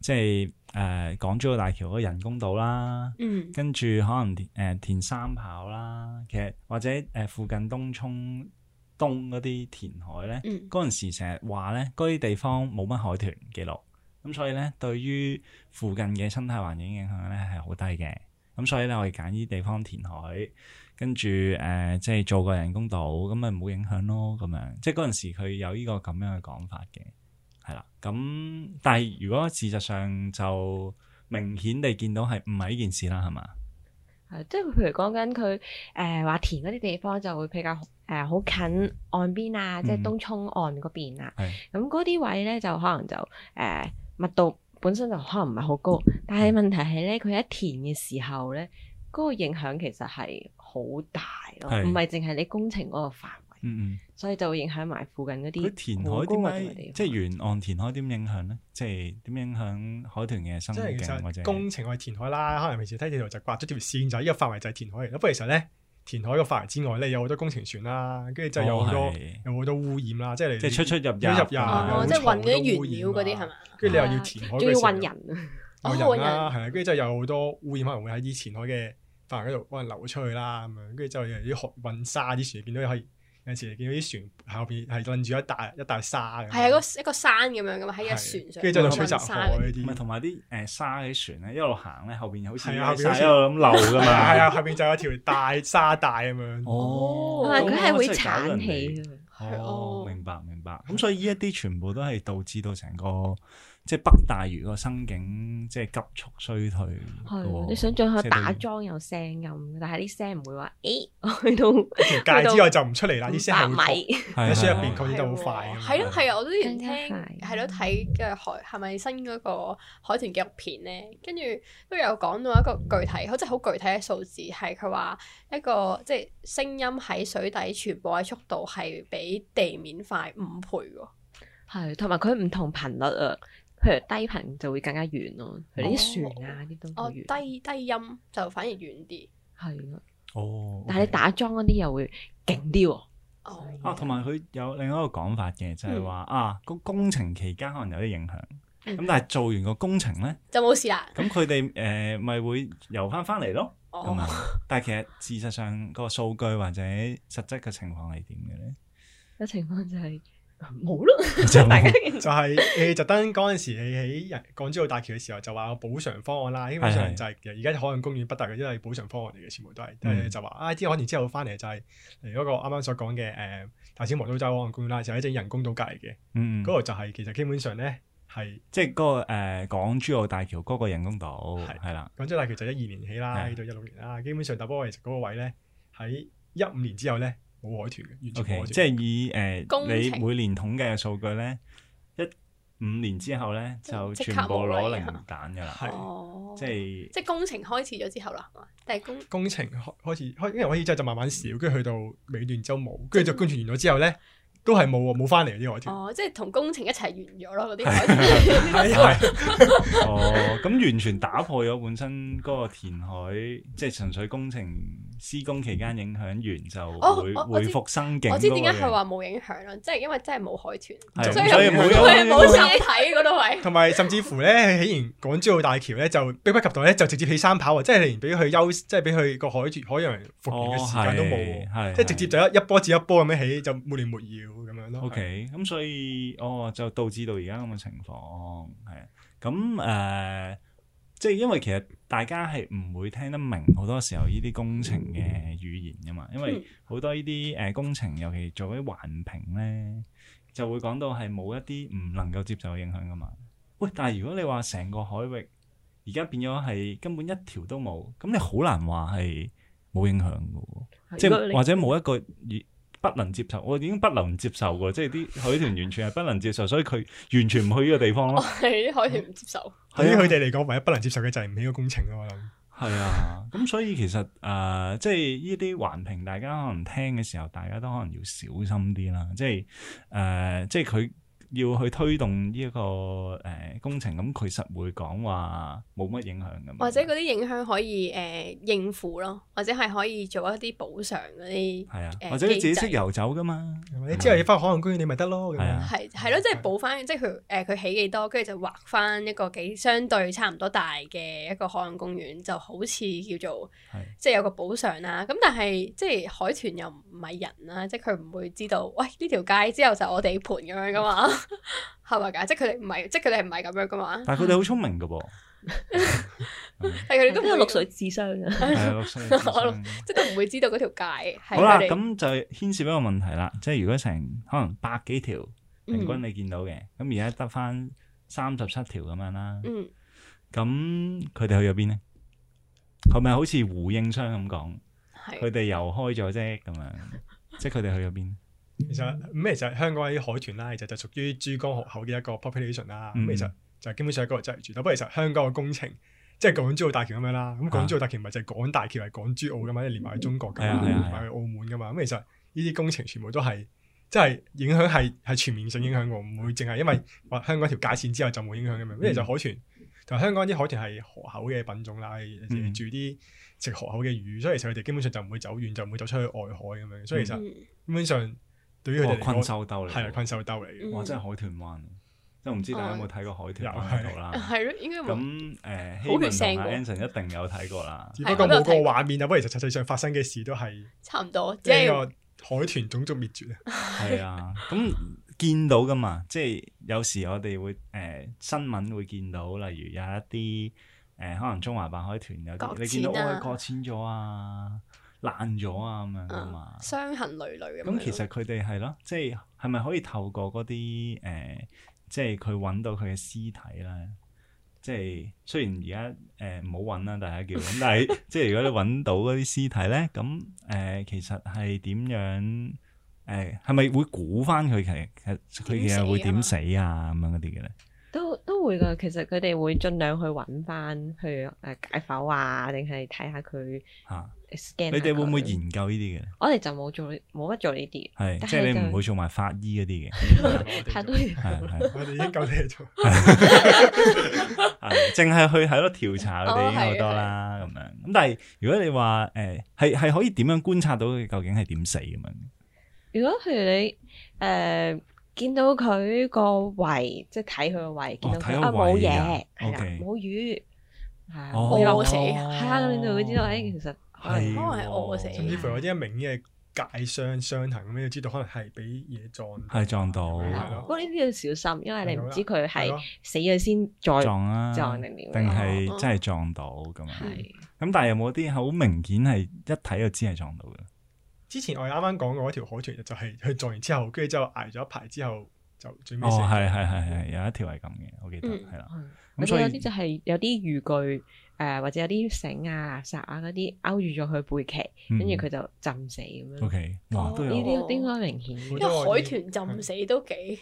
[SPEAKER 1] 即係誒、呃港珠澳大橋嗰個人工島啦，
[SPEAKER 2] 嗯，
[SPEAKER 1] 跟住可能填誒、呃填三跑啦，其實或者誒、呃附近東涌東嗰啲填海咧，
[SPEAKER 2] 嗯
[SPEAKER 1] 嗰陣、時成日話咧，嗰啲地方冇乜海豚記錄，咁所以咧對於附近嘅生態環境影響咧係好低嘅，咁所以咧我哋揀呢啲地方填海。跟住誒、呃即係做個人工島，咁咪冇影響咯，咁樣即係嗰陣時佢有呢個咁樣嘅講法嘅，係啦。咁但係如果事實上就明顯地見到係唔係呢件事啦，係嘛？
[SPEAKER 3] 係啊即係譬如講緊佢誒話填嗰啲地方就會比較誒好、近岸邊啊，即係
[SPEAKER 1] 嗯
[SPEAKER 3] 東涌岸嗰邊啊。
[SPEAKER 1] 係
[SPEAKER 3] 咁嗰啲位咧就可能就誒、呃密度本身就可能唔係好高，但
[SPEAKER 1] 嗯
[SPEAKER 3] 係問題係咧，佢一填嘅時候咧，嗰、個影響其實係好大咯，
[SPEAKER 1] 係
[SPEAKER 3] 唔係淨係你工程嗰個範圍，
[SPEAKER 1] 嗯
[SPEAKER 3] 所以就會影響埋附近
[SPEAKER 1] 嗯，
[SPEAKER 3] 嗰
[SPEAKER 1] 佢
[SPEAKER 3] 啲
[SPEAKER 1] 填
[SPEAKER 3] 好
[SPEAKER 1] 海
[SPEAKER 3] 高
[SPEAKER 1] 點
[SPEAKER 3] 密度嘅地
[SPEAKER 1] 解
[SPEAKER 3] 方
[SPEAKER 1] 即係沿岸填海點影響咧？即係點影響海豚
[SPEAKER 2] 哦
[SPEAKER 1] 嘅生
[SPEAKER 4] 即係其
[SPEAKER 1] 境或者
[SPEAKER 4] 實？工程我哋填海啦，可能平時睇地圖就刮咗條線，就係呢個範圍就係填海嚟。不過其實咧，填海個範圍之外咧，有好多工程船啦，跟住就有好多、
[SPEAKER 1] 哦係
[SPEAKER 4] 有好多污染啦，即係你
[SPEAKER 1] 即係出出入入
[SPEAKER 4] 出入入
[SPEAKER 1] 啊
[SPEAKER 2] 哦，
[SPEAKER 4] 有
[SPEAKER 2] 即係
[SPEAKER 4] 好
[SPEAKER 2] 運
[SPEAKER 4] 多
[SPEAKER 2] 嗰啲
[SPEAKER 4] 污
[SPEAKER 2] 原料嗰
[SPEAKER 4] 染
[SPEAKER 2] 啲
[SPEAKER 4] 啊
[SPEAKER 2] 係嘛？
[SPEAKER 4] 跟住你又要填海嘅
[SPEAKER 3] 仲要
[SPEAKER 4] 時候
[SPEAKER 3] 運人啊，
[SPEAKER 4] 有
[SPEAKER 2] 哦
[SPEAKER 4] 人啦，
[SPEAKER 2] 運
[SPEAKER 4] 係啦，跟住就有好多污染可能會喺以前海嘅範圍嗰度可能流出去啦，咁樣跟住就有啲海運沙啲船，見到係有時見到啲船後邊係攆住一大一大沙嘅，
[SPEAKER 2] 係啊，嗰一個山咁樣噶嘛，喺
[SPEAKER 4] 係
[SPEAKER 2] 一船上，
[SPEAKER 4] 跟住就
[SPEAKER 1] 吹
[SPEAKER 4] 吹啊襲海
[SPEAKER 2] 山
[SPEAKER 4] 嗰
[SPEAKER 1] 唔係
[SPEAKER 4] 啲，
[SPEAKER 1] 同埋啲誒沙嗰啲船咧，一路行咧後邊好似
[SPEAKER 4] 係啊後邊好似
[SPEAKER 1] 一路咁漏噶嘛。
[SPEAKER 4] 係啊，後邊就有條大沙帶咁樣。
[SPEAKER 1] 哦
[SPEAKER 3] 同
[SPEAKER 2] 哦
[SPEAKER 3] 埋啊佢係會
[SPEAKER 1] 真係搞人哋
[SPEAKER 3] 鏟起㗎。啊
[SPEAKER 2] 係
[SPEAKER 1] 哦
[SPEAKER 2] 哦，
[SPEAKER 1] 明白明白。咁所以呢一啲全部都係導致到成個即係北大嶼個生境即係急速衰退嘅喎。
[SPEAKER 3] 係，啊你想象下
[SPEAKER 1] 哦即係
[SPEAKER 3] 打
[SPEAKER 1] 你
[SPEAKER 3] 樁有聲音，但係啲聲唔會話，誒，我 去到五
[SPEAKER 4] 條界之外就唔出嚟啦，啲聲係會
[SPEAKER 3] 百
[SPEAKER 4] 擴
[SPEAKER 3] 米，
[SPEAKER 1] 係
[SPEAKER 4] 喺水入
[SPEAKER 1] 係係
[SPEAKER 4] 邊佢得好快㗎嘛
[SPEAKER 2] 係咯係啊！我都之前聽
[SPEAKER 3] 更加快
[SPEAKER 2] 係咯睇嘅海係咪新嗰個海豚紀錄片咧，跟住都有講到一個具體，好即係好具體嘅數字，係佢話一個即係聲音喺水底傳播嘅速度係比地面快五倍喎。
[SPEAKER 3] 係，同埋佢唔同頻率啊，譬如低頻就會更加遠咯，譬如啲船啊啲都
[SPEAKER 2] 哦，
[SPEAKER 3] 好遠，
[SPEAKER 2] 低低音就反而遠啲。
[SPEAKER 3] 係咯。
[SPEAKER 1] 哦，
[SPEAKER 3] 但係你
[SPEAKER 1] OK
[SPEAKER 3] 打樁嗰啲又會勁啲喎，
[SPEAKER 2] 哦，
[SPEAKER 1] 啊，同埋佢有另一個講法嘅，就係話啊，個工程期間可能有啲影響。
[SPEAKER 2] 嗯
[SPEAKER 1] 咁但係做完個工程咧，呃
[SPEAKER 2] 就冇事啦。
[SPEAKER 1] 咁佢哋誒咪會游翻翻嚟咯。咁啊
[SPEAKER 2] 哦，。
[SPEAKER 1] 但係其實事實上個數據或者實質嘅情況係點嘅咧？
[SPEAKER 3] 嘅情況就係 冇咯，
[SPEAKER 1] 就
[SPEAKER 3] 大家
[SPEAKER 4] 就係你特登嗰陣時，你喺港珠澳大橋嘅時候就話有補償方案啦，基本上就係而家海洋公園北大嘅，因為補償方案嚟嘅，全部都係，
[SPEAKER 1] 嗯
[SPEAKER 4] 跟住就話啊，啲海年之後翻嚟就係嚟嗰個啱啱所講嘅誒頭先黃都洲海洋公園啦，就係一隻人工島隔離嘅，
[SPEAKER 1] 嗯，
[SPEAKER 4] 嗰
[SPEAKER 1] 嗯
[SPEAKER 4] 個就係其實基本上咧係
[SPEAKER 1] 即係嗰個呃港珠澳大橋嗰個人工島
[SPEAKER 4] 係
[SPEAKER 1] 係啦，
[SPEAKER 4] 港珠澳大橋就一二年起啦，
[SPEAKER 1] 係
[SPEAKER 4] 起到一六年啦，基本上大波其實嗰個位咧喺一五年之後咧冇海豚嘅，
[SPEAKER 1] O
[SPEAKER 4] 完全冇
[SPEAKER 1] K，
[SPEAKER 4] 海
[SPEAKER 1] 即
[SPEAKER 4] 豚。
[SPEAKER 1] 係以誒
[SPEAKER 2] 工程
[SPEAKER 1] 你每年統計嘅數據咧，一五年之後咧就
[SPEAKER 2] 即刻
[SPEAKER 1] 全部
[SPEAKER 2] 冇啦
[SPEAKER 1] 攞
[SPEAKER 2] 而
[SPEAKER 1] 零
[SPEAKER 2] 家
[SPEAKER 1] 蛋噶啦，
[SPEAKER 4] 係
[SPEAKER 2] 哦，
[SPEAKER 1] 即係
[SPEAKER 2] 即係工程開始咗之後啦，係嘛？但係工
[SPEAKER 4] 工程開開始開，因為開始之後就慢慢少，跟住去到尾段之後
[SPEAKER 1] 嗯
[SPEAKER 4] 冇，跟住就工程完咗之後咧，都係冇喎冇翻嚟呢個海豚。
[SPEAKER 2] 哦，即係同工程一齊完咗咯，嗰啲海豚
[SPEAKER 4] 係係
[SPEAKER 1] 哦，咁完全打破咗本身嗰個填海，即係純粹工程施工期間影響完
[SPEAKER 2] 哦
[SPEAKER 1] 就會
[SPEAKER 2] 我我
[SPEAKER 1] 恢
[SPEAKER 2] 知
[SPEAKER 1] 復生境嗰個嘢。
[SPEAKER 2] 我知點解佢話冇影響啦，即係因為真係冇海
[SPEAKER 1] 係
[SPEAKER 2] 豚，
[SPEAKER 1] 所以冇
[SPEAKER 2] 佢係冇晒睇嗰度位。
[SPEAKER 4] 同埋甚至乎咧，佢起完港珠澳大橋咧，就迫不及待咧，就直接起三跑喎，即係連俾佢休，即係俾佢個海豚海洋復原嘅時間都冇喎，
[SPEAKER 1] 哦係
[SPEAKER 4] 即係直接就一一波接一波咁樣起，就沒完沒了咁樣咯。
[SPEAKER 1] O K，咁所以哦，就導致到而家咁嘅情況，係啊，咁誒、呃即係因為其實大家係唔會聽得明好多時候呢啲工程嘅語言噶嘛，因為
[SPEAKER 2] 嗯
[SPEAKER 1] 好多呢啲誒工程，尤其做啲環評咧，就會講到係冇一啲唔能夠接受嘅影響噶嘛。喂，但係如果你話成個海域而家變咗係根本一條都冇，咁你好難話係冇影響噶喎。即
[SPEAKER 3] 如果
[SPEAKER 1] 係
[SPEAKER 3] 你
[SPEAKER 1] 或者冇一個以不能接受，我已經不能接受嘅，即係啲海豚完全係不能接受，所以佢完全唔去呢個地方
[SPEAKER 2] 我
[SPEAKER 1] 咯。
[SPEAKER 2] 係啲海豚唔接受，
[SPEAKER 4] 對哦於
[SPEAKER 1] 係啊
[SPEAKER 4] 佢哋嚟講，唯一不能接受嘅就係唔起個工程咯，我諗。
[SPEAKER 1] 係啊，咁所以其實誒、呃即係呢啲環評，大家可能聽嘅時候，大家都可能要小心啲啦。即係誒、呃即係佢要去推動呢、一個誒、呃工程，咁佢實會講話冇乜影響咁。
[SPEAKER 2] 或者嗰啲影響可以誒應付咯，或者係可以做一啲補償嗰啲，
[SPEAKER 1] 係啊，
[SPEAKER 2] 誒
[SPEAKER 1] 或者你自己
[SPEAKER 2] 機制
[SPEAKER 1] 識游走噶嘛？
[SPEAKER 4] 你之後要翻海洋公園，你咪得咯咁
[SPEAKER 1] 嗯係
[SPEAKER 4] 樣
[SPEAKER 1] 啊。
[SPEAKER 2] 係係咯，即係補翻，即係佢誒佢起幾多，跟住就畫翻一個幾相對差唔多大嘅一個海洋公園，就好似叫做
[SPEAKER 1] 係
[SPEAKER 2] 即係有個補償啦。咁但係即係海豚又唔係人啦，即係佢唔會知道，喂呢條街之後就我哋盤咁樣噶嘛，係咪㗎？即係佢哋唔係，即係佢哋唔係咁樣噶嘛，
[SPEAKER 1] 但係佢哋好聰明噶噃，
[SPEAKER 2] 但係佢哋
[SPEAKER 3] 都
[SPEAKER 2] 都
[SPEAKER 3] 有
[SPEAKER 2] 唔會
[SPEAKER 3] 綠水，智商啊，
[SPEAKER 1] 係啊，六歲嘅智
[SPEAKER 2] 我
[SPEAKER 1] 商
[SPEAKER 2] 即係都唔會知道嗰條街係
[SPEAKER 1] 好啦，
[SPEAKER 2] 佢哋
[SPEAKER 1] 咁就牽涉一個問題啦，即係如果成可能百幾條平均
[SPEAKER 3] 嗯
[SPEAKER 1] 你見到嘅，咁而家得翻三十七條咁樣啦，
[SPEAKER 2] 嗯
[SPEAKER 1] 咁佢哋去咗邊呢？係咪好似胡應湘咁講，佢
[SPEAKER 2] 係
[SPEAKER 1] 哋又開咗啫咁樣，即係佢哋去咗邊？
[SPEAKER 4] 其實咁其實香港啲海豚啦，其實就屬於珠江河口嘅一個 population 啦。咁、
[SPEAKER 1] 嗯
[SPEAKER 4] 其實就基本上喺嗰度擠住。但不過其實香港嘅工程即係港珠澳大橋咁樣啦。咁港珠澳大橋唔係就係港大橋係港珠澳噶嘛，連埋去中國噶
[SPEAKER 1] 啊係啊係啊
[SPEAKER 4] 嘛，連
[SPEAKER 1] 係啊
[SPEAKER 4] 埋去澳門噶嘛。咁其實呢啲工程全部都係即係影響係係全面性影響嘅，唔會淨係因為話香港條界線之後就冇影響
[SPEAKER 1] 嗯
[SPEAKER 4] 咁樣。咁其實海豚同香港啲海豚係河口嘅品種啦，
[SPEAKER 1] 嗯
[SPEAKER 4] 住啲食河口嘅魚，所以其實佢哋基本上就唔會走遠，就唔會走出去外海咁樣。所以其實
[SPEAKER 2] 嗯
[SPEAKER 4] 基本上對於佢
[SPEAKER 1] 哇
[SPEAKER 4] 哋
[SPEAKER 1] 哦
[SPEAKER 4] 嚟
[SPEAKER 1] 困
[SPEAKER 4] 講，
[SPEAKER 1] 獸鬥嚟
[SPEAKER 4] 係啊，
[SPEAKER 1] 喎，
[SPEAKER 4] 困獸鬥嚟嘅。
[SPEAKER 2] 嗯
[SPEAKER 1] 哇！真係海豚灣，即係唔知大家有冇睇過海豚
[SPEAKER 4] 有
[SPEAKER 1] 灣喺度啦？
[SPEAKER 2] 係咯，應該冇
[SPEAKER 1] 咁誒，希
[SPEAKER 2] 好血
[SPEAKER 1] 文
[SPEAKER 2] 腥
[SPEAKER 1] 同阿
[SPEAKER 2] 喎
[SPEAKER 1] Anson 一定有睇過啦。
[SPEAKER 4] 只不過冇個畫面啊，不過其實實際上發生嘅事都係
[SPEAKER 2] 差唔多，即
[SPEAKER 4] 即係
[SPEAKER 2] 係
[SPEAKER 4] 呢個海豚種族滅絕啊。
[SPEAKER 1] 系啊，咁見到噶嘛，即係有時我哋會诶、新聞會見到，例如有一啲诶、呃可能中華白海豚有啲
[SPEAKER 2] 擱淺啊
[SPEAKER 1] 你見到我割錢咗啊、爛咗啊咁樣噶嘛。
[SPEAKER 2] 傷痕累累咁樣咯。
[SPEAKER 1] 咁其實佢哋係咯，即係係咪可以透過嗰啲诶，即係佢揾到佢嘅屍體咧？即係雖然而家诶唔好揾啦，大家叫咁，但係即係如果你揾到嗰啲屍體咧，咁诶、呃其實係點樣？誒係咪會估翻佢其實其實佢其實會點死啊咁樣嗰啲嘅咧？
[SPEAKER 3] 都都會噶。其實佢哋會盡量去揾翻去誒解剖啊，定係睇下佢呃
[SPEAKER 1] 嚇，
[SPEAKER 3] scan 下佢。
[SPEAKER 1] 你哋會唔會研究呢啲嘅？
[SPEAKER 3] 我哋就冇做，冇乜做呢啲，
[SPEAKER 1] 係
[SPEAKER 3] 但係
[SPEAKER 1] 即係你
[SPEAKER 3] 就
[SPEAKER 1] 唔會做埋法醫嗰啲嘅，
[SPEAKER 3] 太多嘢
[SPEAKER 1] 係 係
[SPEAKER 4] 我哋已經夠你做，
[SPEAKER 1] 係淨係去喺度調查
[SPEAKER 3] 哦
[SPEAKER 1] 佢哋已經
[SPEAKER 3] 啊
[SPEAKER 1] 好多啦咁樣。咁但係如果你話誒係係可以點樣觀察到佢究竟係點死咁樣？
[SPEAKER 3] 如果譬如你誒、呃、見到佢個胃，即係睇佢個胃，見到
[SPEAKER 1] 哦睇
[SPEAKER 3] 佢、
[SPEAKER 1] 個
[SPEAKER 3] 啊冇
[SPEAKER 1] 胃
[SPEAKER 3] 嘢
[SPEAKER 1] 啊，
[SPEAKER 3] 係啦
[SPEAKER 1] OK
[SPEAKER 3] 冇魚，係啊，
[SPEAKER 1] 哦
[SPEAKER 3] 你
[SPEAKER 2] 餓死
[SPEAKER 3] 係啊，咁你就會知道，誒，其實可能
[SPEAKER 1] 係
[SPEAKER 2] 可能係餓死
[SPEAKER 1] 喎
[SPEAKER 4] 甚至乎有啲明顯嘅界傷傷痕咁，你就知道可能係俾嘢撞到，
[SPEAKER 1] 係撞到
[SPEAKER 4] 係
[SPEAKER 3] 不過
[SPEAKER 4] 咯
[SPEAKER 3] 呢啲要小心，因為你唔知佢
[SPEAKER 4] 係
[SPEAKER 3] 係
[SPEAKER 4] 咯
[SPEAKER 3] 死咗先再
[SPEAKER 1] 撞啊，
[SPEAKER 3] 撞定點樣
[SPEAKER 1] 定係真係撞到咁樣。咁
[SPEAKER 3] 哦係
[SPEAKER 1] 但係有冇啲好明顯係一睇就知係撞到嘅？
[SPEAKER 4] 之前我哋啱啱講過一條海豚，啊就係佢撞完之後，跟住之後捱咗一排之後，就最尾
[SPEAKER 1] 哦，
[SPEAKER 4] 死咗。
[SPEAKER 1] 係係係係，有一條係咁嘅，我記得
[SPEAKER 2] 嗯
[SPEAKER 1] 係啦。
[SPEAKER 3] 或
[SPEAKER 1] 咁
[SPEAKER 3] 者
[SPEAKER 1] 所
[SPEAKER 3] 有
[SPEAKER 1] 以
[SPEAKER 3] 啲就係有啲漁具誒，或者有啲繩啊、垃圾啊嗰啲勾住咗佢背鰭，跟住佢就浸死咁樣。
[SPEAKER 1] O K，哇嗯
[SPEAKER 2] 哦
[SPEAKER 1] 都
[SPEAKER 3] 呢
[SPEAKER 1] 有
[SPEAKER 3] 啲應該明顯
[SPEAKER 4] 好
[SPEAKER 2] 因
[SPEAKER 3] 嘅
[SPEAKER 2] 為
[SPEAKER 4] 多
[SPEAKER 2] 海豚浸死都 幾都幾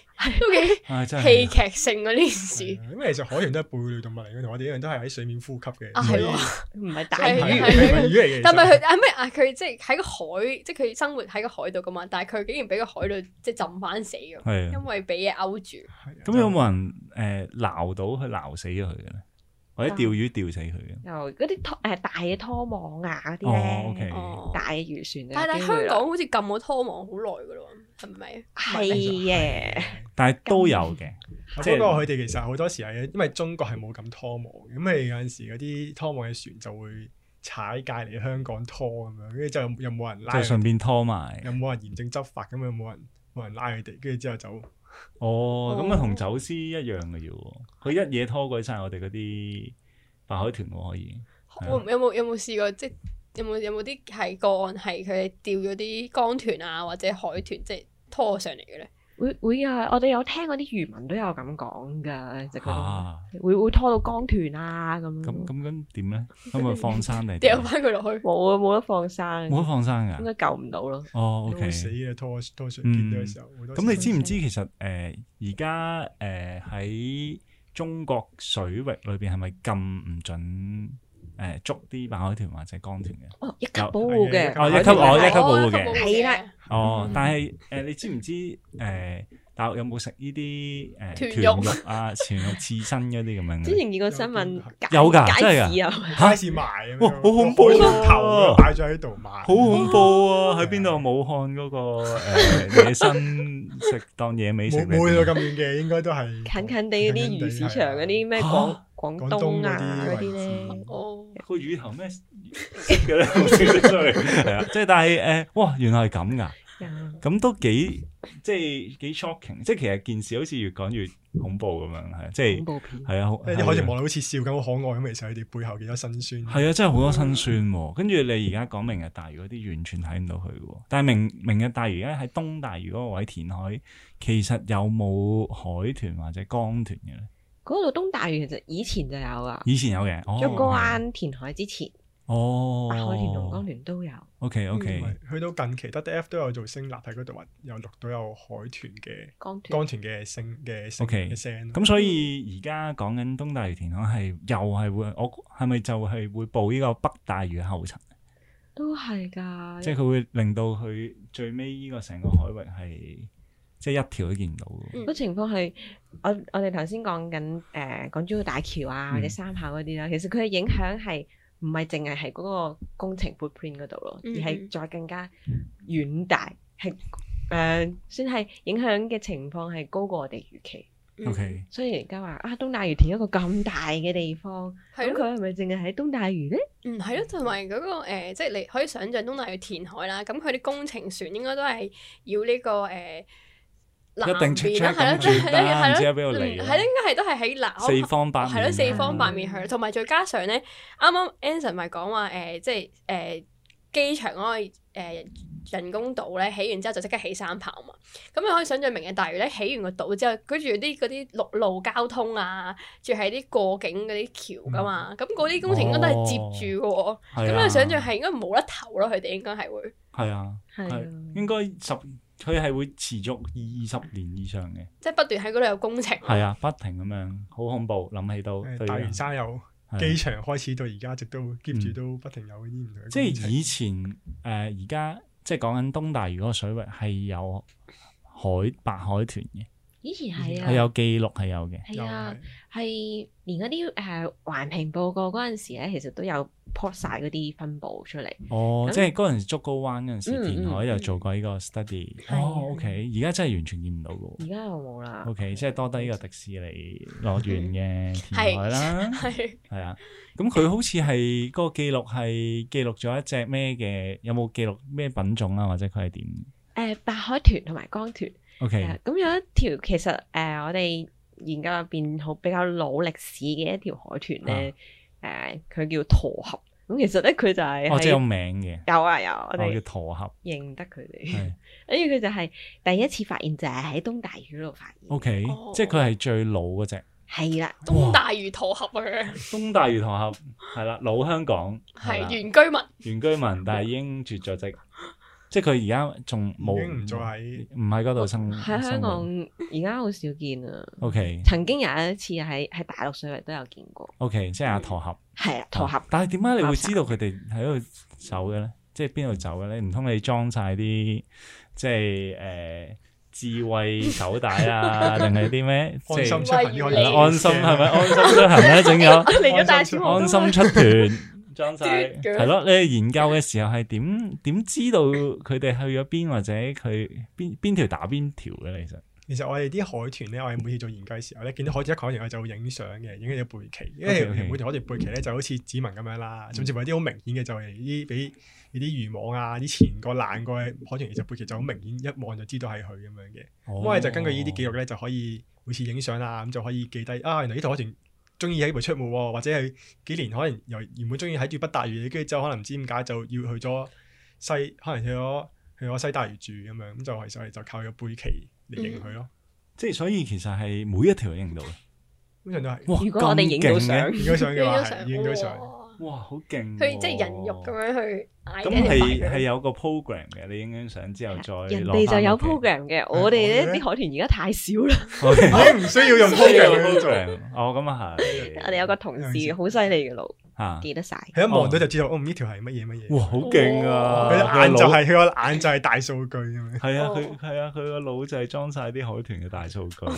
[SPEAKER 1] 啊，嗯真
[SPEAKER 2] 戲
[SPEAKER 1] 係
[SPEAKER 2] 劇性嗰呢件事，
[SPEAKER 4] 係啊因為其實海豚都係貝類動物嚟嘅，同我哋一樣都係喺水面呼吸嘅。
[SPEAKER 2] 啊
[SPEAKER 4] 所以
[SPEAKER 2] 係喎
[SPEAKER 3] 唔係
[SPEAKER 4] 所
[SPEAKER 3] 大
[SPEAKER 4] 以唔係
[SPEAKER 2] 係
[SPEAKER 3] 魚。
[SPEAKER 4] 佢唔係魚嚟嘅。
[SPEAKER 2] 但係
[SPEAKER 4] 其實
[SPEAKER 2] 佢啊咩啊？佢即係喺個海，即係佢生活喺個海度噶嘛。但係佢竟然俾個海度即係浸翻死咁，
[SPEAKER 1] 係啊
[SPEAKER 2] 因。為俾嘢勾住。
[SPEAKER 4] 係啊
[SPEAKER 1] 咁有冇人誒鬧到佢鬧死咗佢嘅咧？或者釣魚釣死佢嘅？
[SPEAKER 3] 又嗰啲拖誒大嘅拖網啊嗰啲
[SPEAKER 1] 哦，O
[SPEAKER 3] 咧，
[SPEAKER 1] K，
[SPEAKER 2] 哦
[SPEAKER 3] 大嘅漁船啊。
[SPEAKER 2] 但係但係
[SPEAKER 3] 有機
[SPEAKER 2] 香
[SPEAKER 3] 會啦
[SPEAKER 2] 港好似禁咗拖網好耐噶咯喎，係咪？
[SPEAKER 3] 係嘅，
[SPEAKER 1] 但係都有嘅，即係
[SPEAKER 4] 不過佢哋其實好多時係因為中國係冇咁拖網嘅，咁佢有陣時嗰啲拖網嘅船就會踩界嚟香港拖咁樣，跟住就又冇人
[SPEAKER 1] 就
[SPEAKER 4] 拉，
[SPEAKER 1] 順便拖埋。
[SPEAKER 4] 又冇人嚴正執法，咁又冇人冇人拉佢哋，跟住之後就
[SPEAKER 1] 哦，咁啊
[SPEAKER 2] 哦
[SPEAKER 1] 同走私一樣嘅啫喎，佢一嘢拖鬼晒我哋嗰啲白海豚喎，可以。
[SPEAKER 2] 會唔有冇有冇試過即係有冇有冇啲係個案係佢哋釣咗啲江豚啊或者海豚即係拖上嚟嘅咧？
[SPEAKER 3] 會會啊！我哋有聽嗰啲漁民都有咁講噶，就佢
[SPEAKER 1] 啊，
[SPEAKER 3] 會會拖到江豚啊咁。
[SPEAKER 1] 咁咁咁點咧？咁咪放生 定係點
[SPEAKER 2] 掉
[SPEAKER 1] 呢？
[SPEAKER 2] 翻佢落去，
[SPEAKER 3] 冇啊，冇得放生，
[SPEAKER 1] 冇得放生
[SPEAKER 3] 應
[SPEAKER 1] 㗎。
[SPEAKER 3] 該救唔到咯。
[SPEAKER 1] 哦
[SPEAKER 4] 都
[SPEAKER 1] ，OK
[SPEAKER 4] 會。死嘅拖拖船
[SPEAKER 1] 嗯
[SPEAKER 4] 見到嘅時候，好多時
[SPEAKER 1] 咁你知唔知其實誒而家誒喺中國水域裏邊係咪禁唔準誒捉啲白海豚或者江豚嘅？
[SPEAKER 3] 哦，一級保護嘅，
[SPEAKER 1] 哦一級
[SPEAKER 3] 海豚
[SPEAKER 1] 我一
[SPEAKER 3] 係啊
[SPEAKER 1] 級保護嘅
[SPEAKER 3] 係啦，
[SPEAKER 1] 哦
[SPEAKER 4] 嗯，
[SPEAKER 1] 但係誒、呃你知唔知誒、呃大陸有冇食呢啲誒
[SPEAKER 2] 豚肉
[SPEAKER 1] 啊、全肉刺身嗰啲咁樣
[SPEAKER 3] 之
[SPEAKER 1] 嘅？
[SPEAKER 3] 前見過新聞，
[SPEAKER 1] 有㗎
[SPEAKER 3] 街
[SPEAKER 1] 真係㗎
[SPEAKER 3] 街市啊有
[SPEAKER 4] 街市賣咁樣
[SPEAKER 1] 哇好恐怖啊
[SPEAKER 4] 個海豚頭擺咗喺度賣，
[SPEAKER 1] 好恐怖啊！喺邊度？
[SPEAKER 4] 冇
[SPEAKER 1] 武漢嗰、個、 呃、野生食當野味食嚟
[SPEAKER 4] 冇去
[SPEAKER 1] 嘅
[SPEAKER 4] 到咁遠嘅，應該都係
[SPEAKER 3] 近近地嗰啲魚市場嗰啲咩
[SPEAKER 1] 嚇
[SPEAKER 3] 廣廣
[SPEAKER 4] 廣
[SPEAKER 3] 東
[SPEAKER 4] 東
[SPEAKER 3] 啊嗰
[SPEAKER 4] 嗰
[SPEAKER 3] 啲
[SPEAKER 4] 啲
[SPEAKER 3] 咧，
[SPEAKER 4] 位置
[SPEAKER 2] 哦，
[SPEAKER 1] 個魚頭咩 色嘅咧？好似係啊，即係但係誒、呃哇！原來係咁㗎，
[SPEAKER 3] 有
[SPEAKER 1] 咁都幾即係幾 shocking，即係其實件事好似越講越恐怖咁樣，係即係
[SPEAKER 3] 恐怖片。
[SPEAKER 1] 係啊，好
[SPEAKER 4] 啲海豚望落好似笑咁好可愛咁，其實佢哋背後幾多辛酸。
[SPEAKER 1] 係啊，真係好多辛酸喎。跟住你而家講明日大嶼嗰啲，完全睇唔到佢嘅喎。但係明明日大嶼而家喺東大嶼嗰個位填海，其實有冇海豚或者江豚嘅咧？
[SPEAKER 3] 嗰度東大嶼其實以前就有啊，
[SPEAKER 1] 以前有嘅，哦，
[SPEAKER 3] 竹篙灣填海之前，
[SPEAKER 1] 哦，
[SPEAKER 3] 白海豚嗯同江豚都有。
[SPEAKER 1] OK OK，
[SPEAKER 4] 係去到近期得 D F 都有做聲納喺嗰度話，有錄到有海豚嘅
[SPEAKER 3] 江豚
[SPEAKER 4] 江豚嘅聲嘅聲
[SPEAKER 1] OK
[SPEAKER 4] 嘅聲。
[SPEAKER 1] 咁所以而家講緊東大嶼填海係又係會，我係咪就係會步呢個北大嶼嘅後塵？
[SPEAKER 3] 都係
[SPEAKER 2] 啊
[SPEAKER 3] 㗎，
[SPEAKER 1] 即係佢會令到佢最尾呢個成個海域係即係一條都見唔到嘅
[SPEAKER 2] 嗯
[SPEAKER 1] 喎。
[SPEAKER 3] 個情況係我我哋頭先講緊誒港珠澳大橋啊，或者
[SPEAKER 1] 嗯
[SPEAKER 3] 三跑嗰啲啦，其實佢嘅影響係唔係淨係係嗰個工程 footprint 嗰度咯，而
[SPEAKER 2] 嗯
[SPEAKER 3] 係
[SPEAKER 2] 嗯
[SPEAKER 3] 再更加遠大，係誒、呃算係影響嘅情況係高過我哋預
[SPEAKER 2] 嗯
[SPEAKER 3] 期。
[SPEAKER 1] OK，
[SPEAKER 3] 所以而家話啊，東大嶼填一個咁大嘅地方，咁
[SPEAKER 2] 係咯，
[SPEAKER 3] 佢係咪淨係喺東大嶼咧？
[SPEAKER 2] 嗯係咯，同埋嗰個誒，即係你可以想象東大要填海啦，咁佢啲工程船應該都係要呢個誒。南
[SPEAKER 1] 一定出
[SPEAKER 2] 邊啦，
[SPEAKER 1] 出
[SPEAKER 2] 嗯係咯，
[SPEAKER 1] 咁
[SPEAKER 2] 即係
[SPEAKER 1] 轉
[SPEAKER 2] 啊係
[SPEAKER 1] 啦唔
[SPEAKER 2] 咯，
[SPEAKER 1] 知
[SPEAKER 2] 係
[SPEAKER 1] 喺邊度
[SPEAKER 2] 咯，
[SPEAKER 1] 嚟啊
[SPEAKER 2] 嗯
[SPEAKER 1] 嘅
[SPEAKER 2] 係咯，應該係都係喺南
[SPEAKER 1] 四方八面
[SPEAKER 2] 哦
[SPEAKER 1] 啊
[SPEAKER 2] 係咯，四方
[SPEAKER 3] 八
[SPEAKER 2] 八面去，同埋再加上咧，啱啱 Anson 咪講話誒，即係誒、呃、機場嗰、個、呃、人工島咧，起完之後就即刻起三跑嘛。咁你可以想象明日大嶼咧，起完個島之後，跟住啲嗰啲陸路交通啊，仲係啲過境嗰啲橋噶
[SPEAKER 1] 嗯
[SPEAKER 2] 嘛，咁嗰啲工程應該都係接住嘅喎。
[SPEAKER 1] 係
[SPEAKER 2] 咁、
[SPEAKER 1] 啊
[SPEAKER 2] 你想象係應該冇得投咯，佢哋應該係會。
[SPEAKER 1] 係啊。
[SPEAKER 3] 係啊
[SPEAKER 1] 應該十佢係會持續二十年以上嘅，
[SPEAKER 2] 即係不斷喺嗰度有工程，
[SPEAKER 1] 係啊，不停咁樣，好恐怖，諗起都
[SPEAKER 4] 誒
[SPEAKER 1] 對
[SPEAKER 4] 大
[SPEAKER 1] 於
[SPEAKER 4] 嶼山由
[SPEAKER 1] 係啊
[SPEAKER 4] 機場開始到而家，直都 keep
[SPEAKER 1] 嗯
[SPEAKER 4] 住都不停有呢啲唔同嘅
[SPEAKER 1] 即
[SPEAKER 4] 工程。
[SPEAKER 1] 係以前誒而家即係講緊東大嶼嗰個水域係有海白海豚嘅，
[SPEAKER 3] 以前係
[SPEAKER 1] 係
[SPEAKER 3] 啊，
[SPEAKER 1] 有記錄係有嘅，
[SPEAKER 3] 係啊，係連嗰啲誒環評報告嗰陣時咧，其實都有 po 晒嗰啲分佈出嚟。
[SPEAKER 1] 哦，
[SPEAKER 3] 咁
[SPEAKER 1] 即係嗰陣時竹篙灣嗰陣
[SPEAKER 3] 嗯
[SPEAKER 1] 時，
[SPEAKER 3] 嗯
[SPEAKER 1] 填海
[SPEAKER 3] 嗯
[SPEAKER 1] 又做過呢個 study，
[SPEAKER 3] 係啊嗯
[SPEAKER 1] 哦，OK，而家真係完全見唔到嘅
[SPEAKER 3] 而
[SPEAKER 1] 喎。
[SPEAKER 3] 家又冇啦。
[SPEAKER 1] OK，即係多得呢個迪士尼樂園嘅填海啦，
[SPEAKER 2] 係
[SPEAKER 1] 係啊。咁佢好似係嗰個記錄係記錄咗一隻咩嘅，有冇記錄咩品種啊，或者佢係點
[SPEAKER 3] 誒呃白海豚同埋江豚，係啊
[SPEAKER 1] ？OK，哦
[SPEAKER 3] 咁有一條其實誒、我哋研究入邊好比較老歷史嘅一條海豚咧，誒、佢叫陀合。咁其實咧佢就係
[SPEAKER 1] 啊哦，即係有
[SPEAKER 3] 喺
[SPEAKER 1] 名嘅，
[SPEAKER 3] 有啊有，我
[SPEAKER 1] 哦，叫
[SPEAKER 3] 哋嗯
[SPEAKER 1] 陀合，
[SPEAKER 3] 認得佢哋
[SPEAKER 1] 係。
[SPEAKER 3] 跟住佢就係第一次發現就係喺東大嶼嗰度發現。
[SPEAKER 1] OK，
[SPEAKER 2] 哦
[SPEAKER 1] 即係佢係最老嗰只。
[SPEAKER 3] 係啦，
[SPEAKER 2] 東大魚陀合啊，佢
[SPEAKER 1] 東大魚塘峽係啦，老香港
[SPEAKER 2] 係
[SPEAKER 1] 啦
[SPEAKER 2] 原居
[SPEAKER 1] 原
[SPEAKER 2] 民。
[SPEAKER 1] 居民，但係已經絕咗籍，即係佢而家仲冇，
[SPEAKER 4] 已經唔再喺
[SPEAKER 1] 唔喺嗰度生
[SPEAKER 3] 哦喺香。
[SPEAKER 1] 生
[SPEAKER 3] 港而家好少見啊。
[SPEAKER 1] 活 OK
[SPEAKER 3] 曾經有一次喺喺大陸水域都有見過，
[SPEAKER 1] OK，即係阿陀峽，
[SPEAKER 3] 係啦，陀合。
[SPEAKER 1] 但係點解你
[SPEAKER 3] 合
[SPEAKER 1] 會
[SPEAKER 3] 集
[SPEAKER 1] 知道佢哋喺度走嘅咧？即係邊度走嘅咧？唔通你裝晒啲即係誒智慧手帶 啊，定係啲咩？即
[SPEAKER 4] 安心
[SPEAKER 1] 係
[SPEAKER 4] 出行呢個
[SPEAKER 1] 係
[SPEAKER 2] 出
[SPEAKER 1] 啦
[SPEAKER 2] 行
[SPEAKER 1] 安心係咪安心出行 咧？整咗。
[SPEAKER 2] 嚟咗大小
[SPEAKER 1] 安
[SPEAKER 2] 王都
[SPEAKER 1] 心出 團，裝晒
[SPEAKER 2] 嘟腳
[SPEAKER 1] 係咯。你哋研究嘅時候係點點知道佢哋去咗邊，或者佢邊邊條打邊條嘅？其實
[SPEAKER 4] 其實我哋啲海豚咧，我哋每次做研究嘅時候咧，見到海豚一講完，我就會影相嘅，影佢哋背鰭。因為
[SPEAKER 1] OK，OK
[SPEAKER 4] 每條海豚背鰭咧就好似指紋咁樣啦，甚至乎有啲好明顯嘅就係啲俾啲漁網啊、啲前過爛過嘅海豚，其實背鰭就好明顯，一望就知道係佢咁樣嘅。
[SPEAKER 1] 哦
[SPEAKER 4] 咁我哋就根據呢啲記錄咧，就可以每次影相啦，咁就可以記低啊。原來呢條海豚中意喺呢度出沒喎，或者係幾年可能由原本中意喺住北大嶼，跟住之後可能唔知點解就要去咗西，可能去咗去咗西大嶼住咁樣，咁就其實我哋就靠個背鰭嚟影佢咯。
[SPEAKER 1] 即係所以其實係每一條都影到嘅。
[SPEAKER 4] 通常都係
[SPEAKER 1] 哇！
[SPEAKER 3] 如果我哋影到
[SPEAKER 1] 咁勁
[SPEAKER 3] 相
[SPEAKER 1] 嘅，
[SPEAKER 4] 影咗相嘅
[SPEAKER 2] 影
[SPEAKER 4] 話
[SPEAKER 2] 咗
[SPEAKER 4] 係影咗
[SPEAKER 2] 相，哦
[SPEAKER 4] 相，
[SPEAKER 2] 哇
[SPEAKER 1] 哇，好勁喎！
[SPEAKER 2] 佢即係人肉咁樣去嗌
[SPEAKER 1] 哦咁
[SPEAKER 2] 人哋
[SPEAKER 1] 係
[SPEAKER 2] 買
[SPEAKER 1] 係
[SPEAKER 2] 佢
[SPEAKER 1] 有個 program 嘅，你影影相之後再
[SPEAKER 3] 人
[SPEAKER 1] 攞
[SPEAKER 3] 哋就
[SPEAKER 1] 返
[SPEAKER 3] 有
[SPEAKER 1] 屋企
[SPEAKER 3] program 嘅，我哋咧
[SPEAKER 4] 我哋呢
[SPEAKER 3] 啲海豚而家太少啦。
[SPEAKER 1] OK，
[SPEAKER 4] 我唔需要用 program 去做，
[SPEAKER 1] 啊 program。哦，咁啊係。
[SPEAKER 3] 我哋有個同事好犀利嘅佬，
[SPEAKER 1] 嚇，
[SPEAKER 3] 記得晒。
[SPEAKER 4] 佢一望到就知道，哦，呢條係乜嘢乜嘢。
[SPEAKER 1] 哇，好勁啊！
[SPEAKER 4] 佢隻哦眼就
[SPEAKER 1] 係
[SPEAKER 4] 係佢個眼就係大數據咁樣。
[SPEAKER 1] 係啊，
[SPEAKER 2] 哦
[SPEAKER 1] 佢係啊，佢個腦就係裝晒啲海豚嘅大數據啊，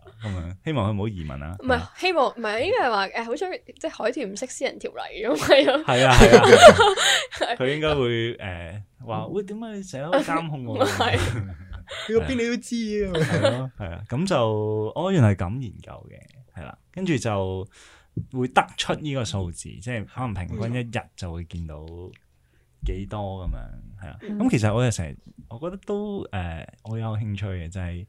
[SPEAKER 1] 咁樣希望佢唔好移民啊。
[SPEAKER 2] 唔係希望唔係應該係話誒，好彩即係海豚唔識私人條例咁係啊，
[SPEAKER 1] 係啊係啊係 啊，佢應該會誒話喂點解你成日喺度監控我？
[SPEAKER 2] 嗯係
[SPEAKER 4] 去到邊你都知嘅。
[SPEAKER 1] 係咯 係啊，咁就我原來係咁研究嘅，係啦，跟住就會得出呢個數字，即係可能平均一日就會見到。幾多咁樣係啊？咁其實我哋成日，我覺得都誒、呃我有興趣嘅就係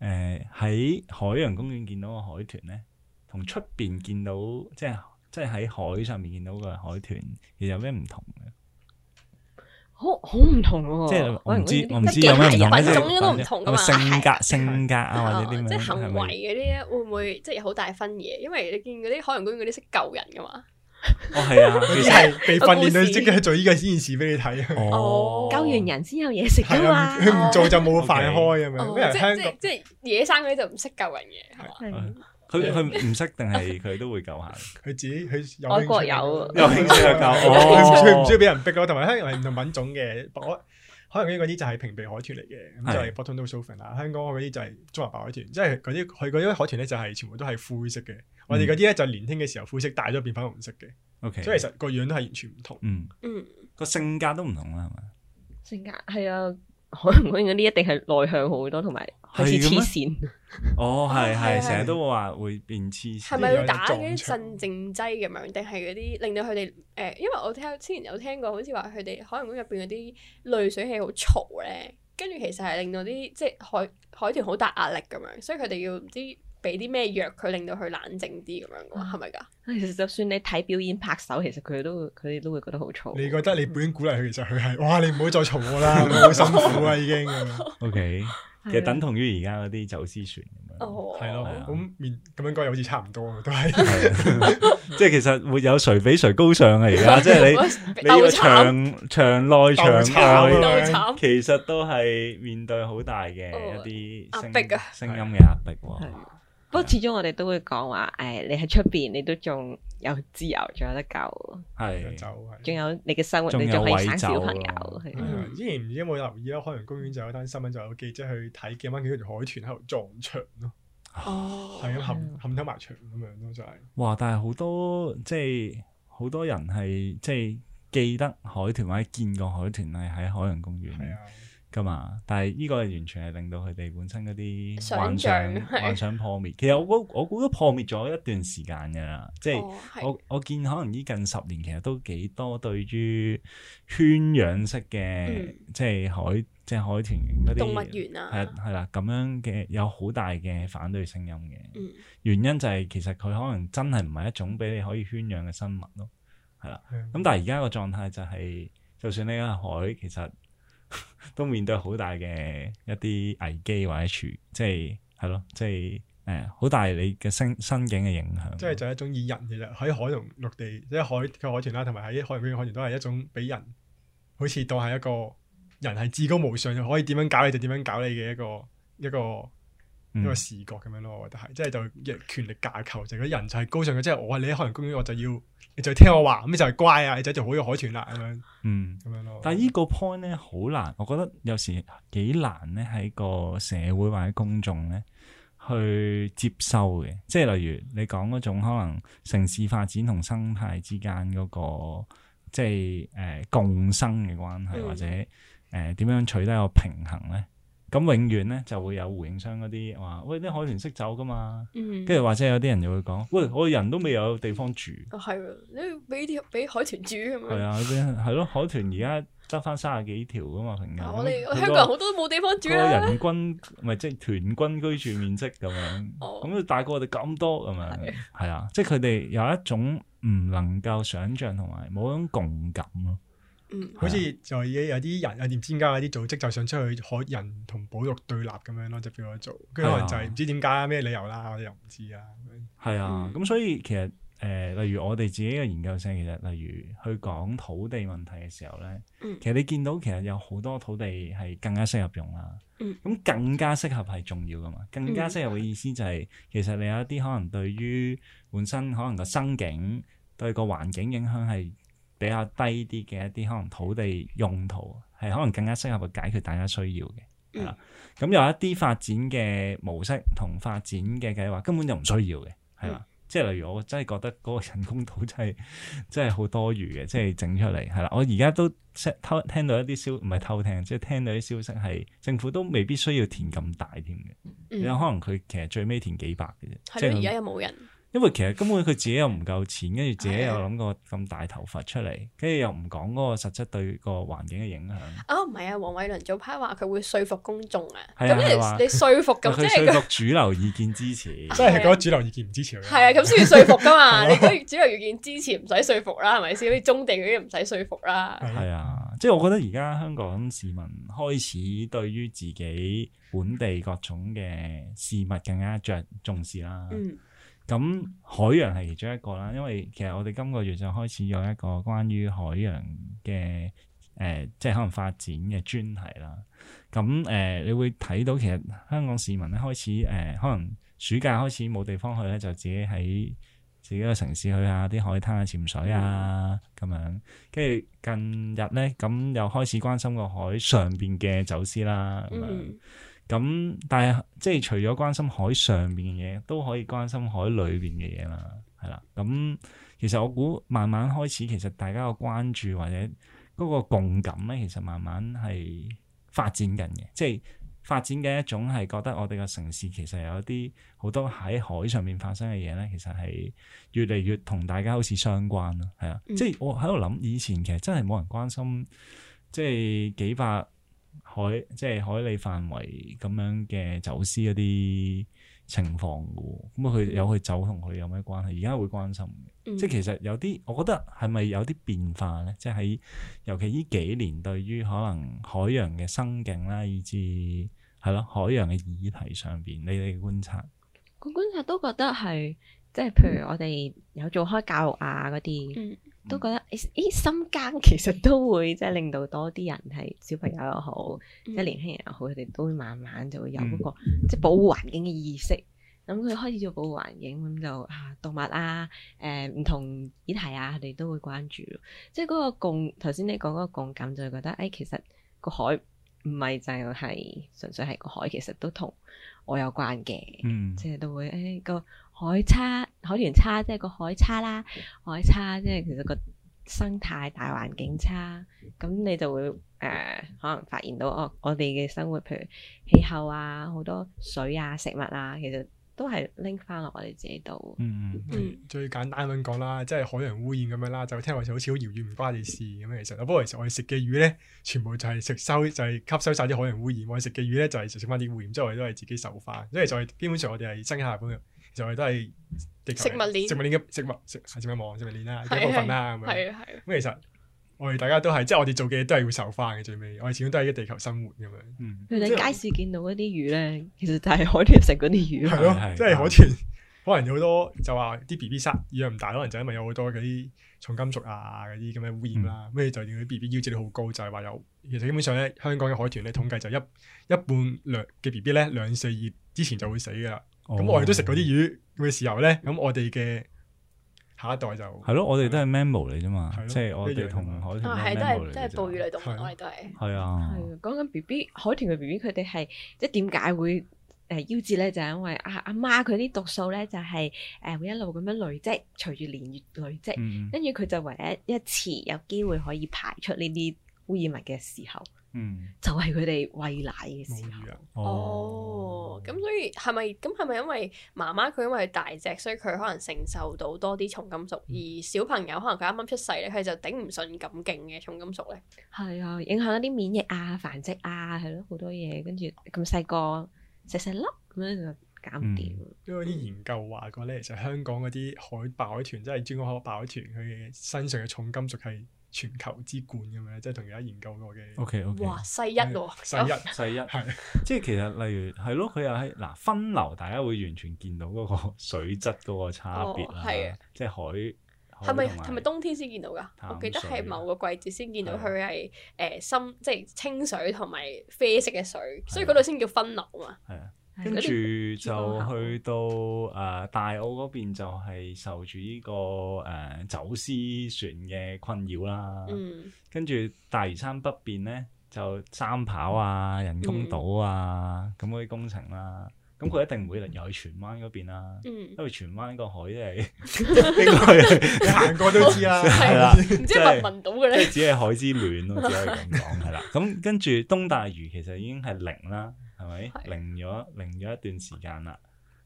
[SPEAKER 1] 誒喺海洋公園見到個海豚咧，同出邊見到即係即係喺海上面見到個海豚，其實有咩唔同嘅？
[SPEAKER 3] 好好唔同喎。
[SPEAKER 1] 即係我唔知，我唔
[SPEAKER 2] 得
[SPEAKER 1] 知
[SPEAKER 2] 幾
[SPEAKER 1] 有咩唔
[SPEAKER 2] 大
[SPEAKER 1] 同咧，
[SPEAKER 2] 品種應該都唔
[SPEAKER 1] 即係
[SPEAKER 2] 同㗎
[SPEAKER 1] 有
[SPEAKER 2] 嘛
[SPEAKER 1] 冇性格、性格啊，或者
[SPEAKER 2] 哦
[SPEAKER 1] 啲咩，
[SPEAKER 2] 即係行為
[SPEAKER 1] 係咪
[SPEAKER 2] 嗰啲咧，會唔會即係好大分野？因為你見嗰啲海洋公園嗰啲識救人噶嘛，
[SPEAKER 1] 哦，係啊，
[SPEAKER 4] 嗰
[SPEAKER 1] 其
[SPEAKER 4] 啲
[SPEAKER 1] 實
[SPEAKER 4] 係被訓練到即刻做呢個件事俾你睇啊。
[SPEAKER 1] 哦，
[SPEAKER 3] 救完人先有嘢食
[SPEAKER 4] 係
[SPEAKER 3] 㗎
[SPEAKER 4] 啊，
[SPEAKER 3] 嘛。
[SPEAKER 4] 佢唔做就冇飯開咁
[SPEAKER 2] 哦
[SPEAKER 4] 樣。因為
[SPEAKER 2] 即
[SPEAKER 4] 香
[SPEAKER 2] 即
[SPEAKER 4] 港
[SPEAKER 2] 即係野生嗰啲就唔識救人嘅，係嘛？
[SPEAKER 3] 係
[SPEAKER 1] 佢佢唔識定 係佢都會救下，
[SPEAKER 4] 佢自己佢有
[SPEAKER 3] 外國有
[SPEAKER 4] 興
[SPEAKER 3] 啊
[SPEAKER 4] 趣
[SPEAKER 1] 有興趣 就救。
[SPEAKER 4] 佢唔需要唔需要
[SPEAKER 1] 哦，
[SPEAKER 4] 俾人逼咯，同埋香港係唔同品種嘅，我可能嗰啲嗰啲就係平鼻海豚嚟嘅，咁就係 bottom nose dolphin 啦。香港嗰啲就係中華白海豚，即係嗰啲佢嗰啲海豚咧就係全部都係灰色嘅。我哋嗰啲咧就年輕嘅時候灰色，大咗變粉紅色嘅，
[SPEAKER 1] ，OK，
[SPEAKER 4] 所以其實個樣都係完全唔同。
[SPEAKER 1] 嗯
[SPEAKER 2] 嗯，
[SPEAKER 1] 個性格都唔同啦，係咪？
[SPEAKER 3] 性格係啊，海洋公園嗰啲一定係內向好多，同埋開始
[SPEAKER 1] 係嘅咩
[SPEAKER 3] 黐線。
[SPEAKER 1] 哦，係係，
[SPEAKER 2] 係
[SPEAKER 1] 成日都話會變黐
[SPEAKER 2] 係
[SPEAKER 1] 線。
[SPEAKER 2] 咪
[SPEAKER 4] 有
[SPEAKER 2] 要
[SPEAKER 4] 啲
[SPEAKER 2] 打
[SPEAKER 4] 撞
[SPEAKER 2] 嗰啲
[SPEAKER 4] 牆
[SPEAKER 2] 鎮靜劑咁樣，定係嗰啲令到佢哋呃誒？因為我聽之前有聽過，好似話佢哋海洋公園入邊嗰啲濾水器好嘈咧，跟住其實係令到啲即係海海豚好大壓力咁樣，所以佢哋要唔知俾啲咩藥佢，令到佢冷靜啲咁樣㗎嘛，係咪㗎？
[SPEAKER 3] 其實就算你睇表演拍手，其實佢都會佢哋都會覺得好嘈。
[SPEAKER 4] 你覺得你本應鼓勵佢，其實佢係哇你唔好再嘈我啦，我好辛苦啊已經咁樣。
[SPEAKER 1] OK，
[SPEAKER 3] 係
[SPEAKER 1] 其實等同於而家嗰啲走私船咁樣，
[SPEAKER 2] 哦，
[SPEAKER 4] 係
[SPEAKER 1] 係啊
[SPEAKER 4] 咯，咁面咁樣講又好似差唔多，啊都 係
[SPEAKER 1] 即係其實會有誰比誰高尚啊！而 家即係你你
[SPEAKER 2] 鬥
[SPEAKER 1] 個
[SPEAKER 2] 慘
[SPEAKER 1] 場場內場
[SPEAKER 4] 鬥慘
[SPEAKER 1] 外，
[SPEAKER 4] 啊
[SPEAKER 2] 鬥慘，
[SPEAKER 1] 其實都係面對好大嘅
[SPEAKER 2] 哦
[SPEAKER 1] 一啲
[SPEAKER 2] 壓
[SPEAKER 1] 聲
[SPEAKER 2] 迫啊
[SPEAKER 1] 聲音嘅壓迫喎
[SPEAKER 3] 係。不過始終我哋都會講話，誒、你喺出邊你都仲有自由，仲有得救，
[SPEAKER 1] 係
[SPEAKER 4] 就係
[SPEAKER 3] 仲有你嘅生活，
[SPEAKER 1] 仲
[SPEAKER 3] 你
[SPEAKER 1] 有
[SPEAKER 3] 仲可以
[SPEAKER 1] 位
[SPEAKER 3] 生
[SPEAKER 1] 走
[SPEAKER 3] 小朋友，
[SPEAKER 1] 咯
[SPEAKER 3] 係
[SPEAKER 4] 係啊之前唔知有冇留意啦，海洋公園就有單新聞，就有記者去睇幾蚊幾條海豚喺度撞牆咯，
[SPEAKER 2] 哦
[SPEAKER 1] 啊
[SPEAKER 4] 係咁冚冚得埋牆咁樣咯，就係
[SPEAKER 1] 哇！但係好多即係好多人係即係記得海豚或者見過海豚係喺海洋公園
[SPEAKER 4] 係啊，
[SPEAKER 1] 噶嘛，但係呢個係完全係令到佢哋本身嗰啲
[SPEAKER 2] 想
[SPEAKER 1] 幻
[SPEAKER 2] 像
[SPEAKER 1] 想
[SPEAKER 2] 係
[SPEAKER 1] 幻想破滅。其實我估我估都破滅咗一段時間㗎啦，即係。
[SPEAKER 2] 哦係
[SPEAKER 1] 我我見可能呢近十年其實都幾多對於圈養式嘅、
[SPEAKER 2] 嗯
[SPEAKER 1] 即係海即係海豚嗰啲
[SPEAKER 2] 動物園啊
[SPEAKER 1] 係係啦咁樣嘅有好大嘅反對聲音嘅、
[SPEAKER 2] 嗯
[SPEAKER 1] 原因就係其實佢可能真係唔係一種俾你可以圈養嘅生物咯，係啦。
[SPEAKER 4] 係啊
[SPEAKER 1] 咁但係而家個狀態就係、就算你喺海，其實都面對好大嘅一啲危機或者處，即係係咯，即係誒好大你嘅生生境嘅影響。
[SPEAKER 4] 即係就係一種以人嘅啦，喺海同陸地，即係海嘅海豚啦，同埋喺海洋公園海豚都係一種俾人好似當係一個人係至高無上，又可以點樣搞你就點樣搞你嘅一個一個
[SPEAKER 1] 嗯
[SPEAKER 4] 一個視覺咁樣咯。我覺得係，即係就嘅權力架構就係嗰啲人就係高尚嘅，即係我係你喺海洋公園，我就要你就要聽我話，咁你就係乖啊，你就做好嘅海豚啦，咁樣
[SPEAKER 1] 嗯。
[SPEAKER 4] 咁樣咯。
[SPEAKER 1] 但係呢個 point 咧好難，我覺得有時幾難咧喺個社會或者公眾咧去接受嘅，即係例如你講嗰種可能城市發展同生態之間嗰、個即係誒、呃共生嘅關係，
[SPEAKER 2] 嗯
[SPEAKER 1] 或者誒點、樣取得一個平衡咧？咁永遠咧就會有回應商嗰啲話：喂，啲海豚識走噶嘛？
[SPEAKER 2] 嗯，
[SPEAKER 1] 跟住或者有啲人就會講：喂，我人都未有地方住。
[SPEAKER 2] 哦係喎，你俾啲俾海豚煮咁
[SPEAKER 1] 係
[SPEAKER 2] 樣。
[SPEAKER 1] 啊，啲係咯，海豚而家得翻三十幾條噶嘛，平均。
[SPEAKER 2] 嗯啊我哋
[SPEAKER 1] 咁佢
[SPEAKER 2] 香港人好多都冇地方
[SPEAKER 1] 個
[SPEAKER 2] 煮
[SPEAKER 1] 個
[SPEAKER 2] 啦。
[SPEAKER 1] 人均唔係即係團均居住面積咁樣，
[SPEAKER 2] 哦
[SPEAKER 1] 咁就大過我哋咁多咁樣，係啊，即係佢哋有一種唔能夠想像同埋冇一種共感咯。
[SPEAKER 2] 嗯
[SPEAKER 4] 好似就已經有啲人啊，點知點解有啲組織就想出去海人同保育對立咁樣咯，就叫我做，跟住可能就係唔知點解啦，咩理由啦，我哋又唔知啊。咁樣
[SPEAKER 1] 係啊
[SPEAKER 2] 嗯，
[SPEAKER 1] 咁所以其實誒、呃例如我哋自己嘅研究社，其實例如去講土地問題嘅時候咧，
[SPEAKER 2] 嗯
[SPEAKER 1] 其實你見到其實有好多土地係更加適合用啦。
[SPEAKER 2] 嗯
[SPEAKER 1] 咁、更加適合係重要噶嘛？更加適合嘅意思就
[SPEAKER 2] 嗯
[SPEAKER 1] 係、其實你有一啲可能對於本身可能個生境對個環境影響係比較低啲嘅一啲可能土地用途係可能更加適合去解決大家需要嘅。
[SPEAKER 2] 嗯
[SPEAKER 1] 係啦咁有一啲發展嘅模式同發展嘅計劃根本就唔需要嘅，係
[SPEAKER 2] 嗯
[SPEAKER 1] 啦。即係例如我真係覺得嗰個人工島真係真係好多餘嘅，即
[SPEAKER 2] 嗯
[SPEAKER 1] 係整出嚟係啦。我而家都即係偷聽到一啲消唔係偷聽，即係聽到啲消息係政府都未必需要填咁大添嘅，
[SPEAKER 2] 嗯
[SPEAKER 1] 有可能佢其實最尾填幾百嘅啫，即
[SPEAKER 2] 係咯，而家
[SPEAKER 1] 係
[SPEAKER 2] 又冇人。
[SPEAKER 1] 因為其實根本佢自己又唔夠錢，跟住自己
[SPEAKER 2] 係
[SPEAKER 1] 又
[SPEAKER 2] 啊
[SPEAKER 1] 諗過咁大頭髮出嚟，跟住又唔講嗰個實質對個環境嘅影響。
[SPEAKER 2] 啊，唔係啊，黃偉倫早排話佢會說服公眾啊，
[SPEAKER 1] 係啊
[SPEAKER 2] 咁
[SPEAKER 1] 係話
[SPEAKER 2] 你你說服
[SPEAKER 1] 佢
[SPEAKER 2] 咁
[SPEAKER 1] 啊
[SPEAKER 2] 即係
[SPEAKER 1] 說服主流意見支 持。
[SPEAKER 4] 即係覺得主流意見唔支持佢。
[SPEAKER 2] 係啊，咁先要說服噶嘛，你嗰主流意見支持唔使說服啦，係咪先？啲中地嗰啲唔使說服啦。
[SPEAKER 1] 係啊，即係我覺得而家香港市民開始對於自己本地各種嘅事物更加着重視啦。
[SPEAKER 2] 嗯
[SPEAKER 1] 咁、海洋係其中一個啦，因為其實我哋今個月就開始有一個關於海洋嘅誒、呃即係可能發展嘅專題啦。咁誒、呃你會睇到其實香港市民咧開始誒、呃可能暑假開始冇地方去咧，就自己喺自己個城市去下啲海灘啊、潛水
[SPEAKER 2] 嗯
[SPEAKER 1] 啊咁樣。跟住近日咧，咁又開始關心個海上邊嘅走私啦咁樣。
[SPEAKER 2] 嗯
[SPEAKER 1] 咁但係即係除咗關心海上邊嘅嘢，都可以關心海裏邊嘅嘢啦，係啦。咁其實我估慢慢開始，其實大家個關注或者嗰個共感咧，其實慢慢係發展緊嘅，即係發展嘅一種係覺得我哋個城市其實有一啲好多喺海上面發生嘅嘢咧，其實係越嚟越同大家好似相關咯，係啊。
[SPEAKER 2] 嗯
[SPEAKER 1] 即係我喺度諗，以前其實真係冇人關心，即係幾百。海即係海里範圍咁樣嘅走私嗰啲情況嘅喎，咁啊佢有佢走同佢有咩關係？而家會關心嘅，
[SPEAKER 2] 嗯
[SPEAKER 1] 即係其實有啲，我覺得係咪有啲變化咧？即係喺尤其呢幾年對於可能海洋嘅生境啦，以至係咯海洋嘅議題上邊，你哋嘅觀察，
[SPEAKER 3] 我觀察都覺得係，即係譬如我哋有做開教育啊嗰啲，
[SPEAKER 2] 嗯
[SPEAKER 3] 都覺得咦深耕其實都會即係令到多啲人係小朋友又好，
[SPEAKER 2] 嗯
[SPEAKER 3] 即係年輕人又好，佢哋都會慢慢就會有嗰、個、即係保護環境嘅意識。咁佢開始做保護環境，咁就啊動物啊，誒、唔同議題啊，佢哋都會關注咯。即係嗰個共頭先你講嗰個共感，就係覺得誒、哎其實個海唔係就係純粹係個海，其實都同我有關嘅。
[SPEAKER 1] 嗯，
[SPEAKER 3] 即係都會誒個海差海豚差，即係個海差啦，海差即係其實個生態大環境差，咁你就會誒、呃可能發現到哦，我哋嘅生活譬如氣候啊，好多水啊、食物啊，其實都係拎翻落我哋自己度。
[SPEAKER 1] 嗯嗯
[SPEAKER 4] 最最簡單咁講啦，即係海洋污染咁樣啦，就聽落好似好遙遠，唔關你事咁樣。其實，不過其實我哋食嘅魚咧，全部就係食收就係、吸收晒啲海洋污染，我哋食嘅魚咧就係食翻啲污染，之後我哋都係自己受翻。所以就係基本上我哋係生下本嘅，其實我哋都係地球
[SPEAKER 2] 食物鏈
[SPEAKER 4] 食物鏈嘅食物食係食物網、食物鏈啦，一
[SPEAKER 2] 係
[SPEAKER 4] 部分啦咁樣。
[SPEAKER 2] 係啊係啊，
[SPEAKER 4] 咁其實我哋大家都係，即係我哋做嘅嘢都係會受翻嘅最尾，我哋始終都係一個地球生活咁樣。
[SPEAKER 1] 嗯，
[SPEAKER 3] 譬如你
[SPEAKER 4] 即係
[SPEAKER 3] 街市見到嗰啲魚咧，其實就係海豚食嗰啲魚
[SPEAKER 4] 係
[SPEAKER 3] 咯。
[SPEAKER 4] 咯，
[SPEAKER 1] 係
[SPEAKER 4] 即係
[SPEAKER 1] 係
[SPEAKER 4] 海豚 可能有好多就話啲 B B 生養唔大，可能就因為有好多嗰啲重金屬啊嗰啲咁嘅污染啦，咩、就令到啲 B B 夭折率好高，就係話有其實基本上咧香港嘅海豚咧統計就一一半兩嘅 B B 咧兩歲以之前就會死噶啦。咁、我哋都食嗰啲
[SPEAKER 1] 魚，
[SPEAKER 4] 魚嘅時候咧，咁我哋嘅下一代就
[SPEAKER 1] 係咯，我哋都係 mammal 嚟啫嘛
[SPEAKER 4] 係，咯
[SPEAKER 1] 即係我
[SPEAKER 4] 一樣
[SPEAKER 1] 哋
[SPEAKER 4] 㗎
[SPEAKER 1] 同
[SPEAKER 4] 嘛
[SPEAKER 1] 海豚
[SPEAKER 2] 啊係
[SPEAKER 1] 係
[SPEAKER 2] 都
[SPEAKER 1] mammal 嚟
[SPEAKER 2] 係
[SPEAKER 1] 嘅
[SPEAKER 2] 都係
[SPEAKER 1] 啫
[SPEAKER 2] 哺乳類動
[SPEAKER 4] 係
[SPEAKER 2] 物，我哋都係。
[SPEAKER 1] 係啊，
[SPEAKER 3] 係啊，講緊 B B 海豚嘅 B B，佢哋係即係點解會誒夭折咧？就係因為啊阿媽佢啲毒素咧，就係誒會一路咁樣累積，隨住年月累積，
[SPEAKER 1] 嗯
[SPEAKER 3] 跟住佢就唯一一次有機會可以排出呢啲污染物嘅時候，
[SPEAKER 1] 嗯，
[SPEAKER 3] 就係佢哋餵奶嘅
[SPEAKER 4] 冇
[SPEAKER 3] 時候
[SPEAKER 4] 魚。啊。
[SPEAKER 2] 哦，咁所以係咪咁係咪因為媽媽佢因為大隻，所以佢可能承受到多啲重金屬，而小朋友可能佢啱啱出世咧，佢就頂唔順咁勁嘅重金屬咧。
[SPEAKER 3] 係啊，影響一啲免疫啊、繁殖啊，係咯，好多嘢。跟住咁細個細細粒咁樣就搞唔掂。
[SPEAKER 1] 嗯
[SPEAKER 4] 因為啲研究話過咧，其實香港嗰啲海豹海豚，即係珠江海豹海豚，佢嘅身上嘅重金屬係全球之冠咁樣，即係同而家研究過嘅。
[SPEAKER 1] OK OK，
[SPEAKER 2] 哇，世一喎，
[SPEAKER 4] 世一
[SPEAKER 1] 世一
[SPEAKER 4] 係
[SPEAKER 1] 即係其實例如係咯，佢又係嗱分流，大家會完全見到嗰個 水質嗰個差別
[SPEAKER 2] 哦係
[SPEAKER 1] 啦
[SPEAKER 2] 啊，
[SPEAKER 1] 即係海
[SPEAKER 2] 係咪
[SPEAKER 1] 海同
[SPEAKER 2] 係咪冬天先見到㗎？
[SPEAKER 1] 淡
[SPEAKER 2] 我記得
[SPEAKER 1] 水啊
[SPEAKER 2] 係某個季節先見到佢係誒深即係清水同埋啡色嘅水，
[SPEAKER 1] 啊
[SPEAKER 2] 所以嗰度先叫分流嘛。
[SPEAKER 1] 係啊？
[SPEAKER 3] 係
[SPEAKER 1] 跟
[SPEAKER 3] 嗰
[SPEAKER 1] 住
[SPEAKER 3] 啲
[SPEAKER 1] 就
[SPEAKER 3] 珠江口
[SPEAKER 1] 去到誒、呃大澳嗰邊，就係受住呢、個誒、呃走私船嘅困擾啦。
[SPEAKER 2] 嗯，
[SPEAKER 1] 跟住大嶼山北邊咧就三跑啊、人工島啊咁嗰啲工程啦。咁佢一定唔會又去荃灣嗰邊啊啦，
[SPEAKER 2] 嗯
[SPEAKER 1] 因為荃灣個海係應該 係
[SPEAKER 4] 你行過都知
[SPEAKER 2] 啊
[SPEAKER 4] 啦。
[SPEAKER 1] 係啦，
[SPEAKER 2] 唔知
[SPEAKER 1] 即係
[SPEAKER 2] 聞唔聞到嘅
[SPEAKER 1] 即
[SPEAKER 2] 咧？
[SPEAKER 1] 係只係海之戀 咯，只可以咁講係啦。咁跟住東大嶼其實已經係零啦，係咪
[SPEAKER 2] 係
[SPEAKER 1] 零咗零咗一段時間啦？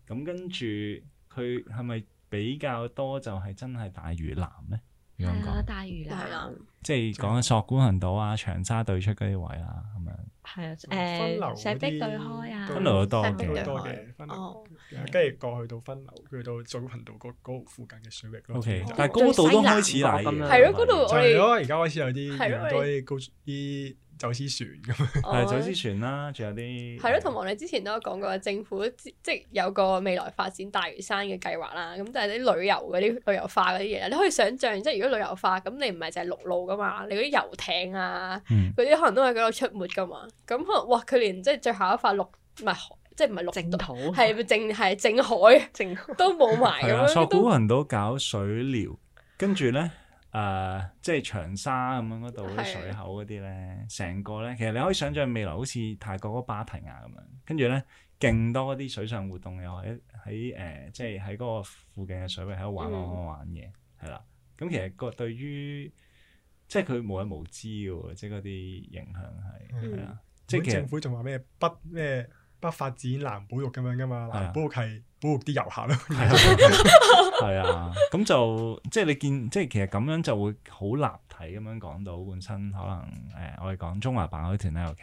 [SPEAKER 1] 咁跟住佢係咪比較多就係真係大嶼南咧？如果咁
[SPEAKER 3] 係啊，
[SPEAKER 1] 講，
[SPEAKER 3] 大魚
[SPEAKER 2] 係啦
[SPEAKER 3] 啦，
[SPEAKER 1] 即係講緊索罟群島啊、長沙對出嗰啲位啦，咁樣
[SPEAKER 3] 係啊，
[SPEAKER 4] 哦分流
[SPEAKER 3] 誒
[SPEAKER 4] 嗰啲
[SPEAKER 3] 石壁對開啊，
[SPEAKER 4] 都
[SPEAKER 1] 分流都多
[SPEAKER 3] 石
[SPEAKER 1] 嘅
[SPEAKER 3] 壁對
[SPEAKER 4] 都好多
[SPEAKER 3] 開。
[SPEAKER 4] 嘅分流，
[SPEAKER 2] 哦，
[SPEAKER 4] 跟住過去到分流，去到祖群島嗰嗰附近嘅水域咯。
[SPEAKER 1] OK，
[SPEAKER 4] 就
[SPEAKER 1] 但係嗰度都開始嚟
[SPEAKER 3] 最西
[SPEAKER 1] 嘅，
[SPEAKER 3] 南
[SPEAKER 2] 係咯嗰度
[SPEAKER 4] 就係咯，而家開始有啲
[SPEAKER 2] 係咯
[SPEAKER 4] 越多啲高啲走私船咁樣。
[SPEAKER 1] 係走
[SPEAKER 2] 哦
[SPEAKER 1] 私船啦，仲有啲
[SPEAKER 2] 係咯，同埋我哋之前都有講過，政府即即有個未來發展大嶼山嘅計劃啦。咁但係啲旅遊嗰啲旅遊化嗰啲嘢，你可以想象，即係如果旅遊化，咁你唔係就係陸路噶嘛，你嗰啲遊艇啊，
[SPEAKER 1] 嗯
[SPEAKER 2] 嗰啲可能都喺嗰度出沒噶嘛。咁可能哇，佢連即係最後一塊綠唔係海即係唔係綠
[SPEAKER 3] 正
[SPEAKER 2] 島
[SPEAKER 3] 土
[SPEAKER 2] 係咪淨係淨海
[SPEAKER 3] 正
[SPEAKER 2] 都冇埋
[SPEAKER 1] 係
[SPEAKER 2] 咁
[SPEAKER 1] 啊，索罟
[SPEAKER 2] 樣都
[SPEAKER 1] 群島搞水療，跟住咧誒，即係長沙咁樣嗰度啲
[SPEAKER 2] 係
[SPEAKER 1] 水口嗰啲咧，成個咧，其實你可以想象未來好似泰國嗰芭提雅咁樣，跟住咧勁多啲水上活動又喺喺誒，即係喺嗰個附近嘅水域喺度玩玩
[SPEAKER 2] 嗯
[SPEAKER 1] 玩玩嘅，係啦。咁其實個對於即係佢無日無之嘅喎，即係嗰啲影響
[SPEAKER 2] 嗯
[SPEAKER 1] 係係啊，即係其實
[SPEAKER 4] 嗯政。府仲話咩北咩北發展南保育咁樣噶嘛？
[SPEAKER 1] 係啊
[SPEAKER 4] 南保育係保育啲遊客咯。
[SPEAKER 1] 係啊，係啊，咁就即係你見，即係其實咁樣就會好立體咁樣講到本身可能誒、呃我哋講中華白海豚咧，尤其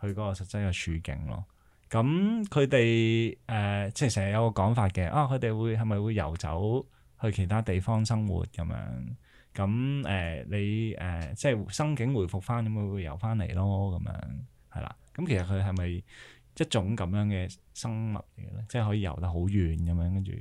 [SPEAKER 1] 佢嗰個實際嘅處境咯。咁佢哋誒，即係成日有個講法嘅，啊，佢哋會係咪會遊走去其他地方生活咁樣？咁誒、呃你誒、呃即係生境回復翻，咁咪會遊翻嚟咯，咁樣係啦。咁其實佢係咪一種咁樣嘅生物嚟嘅咧？即係可以遊得好遠咁樣，跟住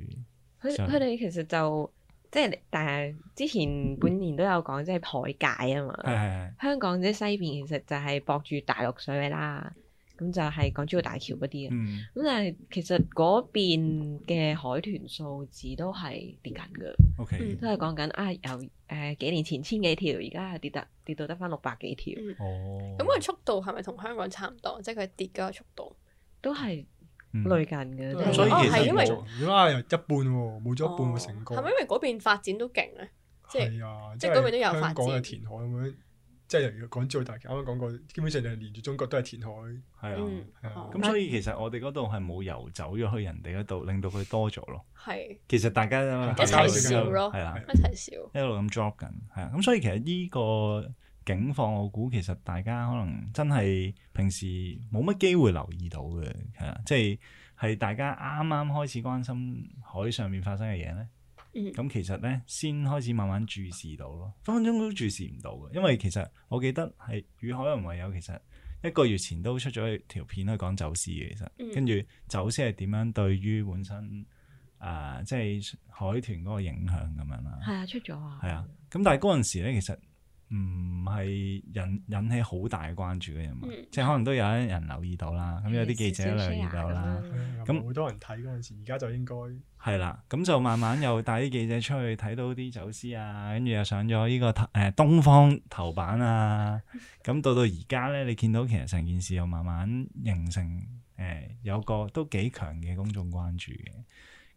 [SPEAKER 3] 佢
[SPEAKER 1] 上
[SPEAKER 3] 佢哋其實就即係，但係之前本年都有講，即係海界啊嘛。
[SPEAKER 1] 係係係
[SPEAKER 3] 香港即係西邊，其實就係駁住大陸水位啦。咁就係港珠澳大橋嗰啲嘅。啊
[SPEAKER 1] 嗯，
[SPEAKER 3] 咁但係其實嗰邊嘅海豚數字都係跌緊嘅，
[SPEAKER 1] OK，
[SPEAKER 2] 嗯
[SPEAKER 3] 都係講緊啊由誒、呃、幾年前千幾條，而家係跌得跌到得翻六百幾條，
[SPEAKER 2] 嗯，
[SPEAKER 1] 哦，
[SPEAKER 2] 咁佢速度係咪同香港差唔多？即係佢跌嗰個速度。
[SPEAKER 3] 都係
[SPEAKER 1] 嗯
[SPEAKER 3] 累近嘅。都係
[SPEAKER 4] 所以其
[SPEAKER 2] 哦係
[SPEAKER 4] 實
[SPEAKER 2] 因為哦
[SPEAKER 4] 如果啊，又一半喎，冇咗一半喎，成個
[SPEAKER 2] 係咪因為嗰邊發展都勁咧？即係
[SPEAKER 4] 係啊，
[SPEAKER 2] 即係
[SPEAKER 4] 係
[SPEAKER 2] 嗰邊都有發展
[SPEAKER 4] 香港嘅填海咁樣，即係例如港珠澳大橋啱啱講過，基本上就係連住中國都係填海，
[SPEAKER 1] 係
[SPEAKER 4] 係
[SPEAKER 1] 啊。
[SPEAKER 2] 嗯，
[SPEAKER 4] 啊
[SPEAKER 2] 哦
[SPEAKER 1] 咁所以其實我哋嗰度係冇游走咗去人哋嗰度，令到佢多咗咯。
[SPEAKER 2] 係
[SPEAKER 1] 其實大家
[SPEAKER 2] 嗯
[SPEAKER 4] 一齊笑
[SPEAKER 2] 咯
[SPEAKER 1] 係啦，
[SPEAKER 2] 一齊笑。
[SPEAKER 1] 一路咁 drop 緊，係啊。咁所以其實呢個境況，我估其實大家可能真係平時冇乜機會留意到嘅，係啊，即係係大家啱啱開始關心海上面發生嘅嘢咧。
[SPEAKER 2] 嗯
[SPEAKER 1] 咁其實咧，先開始慢慢注視到咯，分分鐘都注視唔到嘅，因為其實我記得係與海洋為友，其實一個月前都出咗條片去講走私嘅，其
[SPEAKER 2] 嗯
[SPEAKER 1] 實跟住走私係點樣對於本身啊、即係海豚嗰個影響咁樣啦，
[SPEAKER 3] 係啊，出咗啊，
[SPEAKER 1] 係啊，咁但係嗰陣時咧，其實唔係引引起好大嘅關注嘅人物，
[SPEAKER 2] 嗯
[SPEAKER 1] 即係可能都有啲人留意到啦，咁有啲記者留意到啦。
[SPEAKER 3] 少少 share 咁樣。
[SPEAKER 4] 係啊
[SPEAKER 1] 咁
[SPEAKER 4] 好多人睇嗰陣時，而家就應該
[SPEAKER 1] 係啦，咁就慢慢又帶啲記者出去睇到啲走私啊，跟住又上咗呢、個誒、呃、東方頭版啊，咁到到而家咧，你見到其實成件事又慢慢形成誒、呃有個都幾強嘅公眾關注嘅，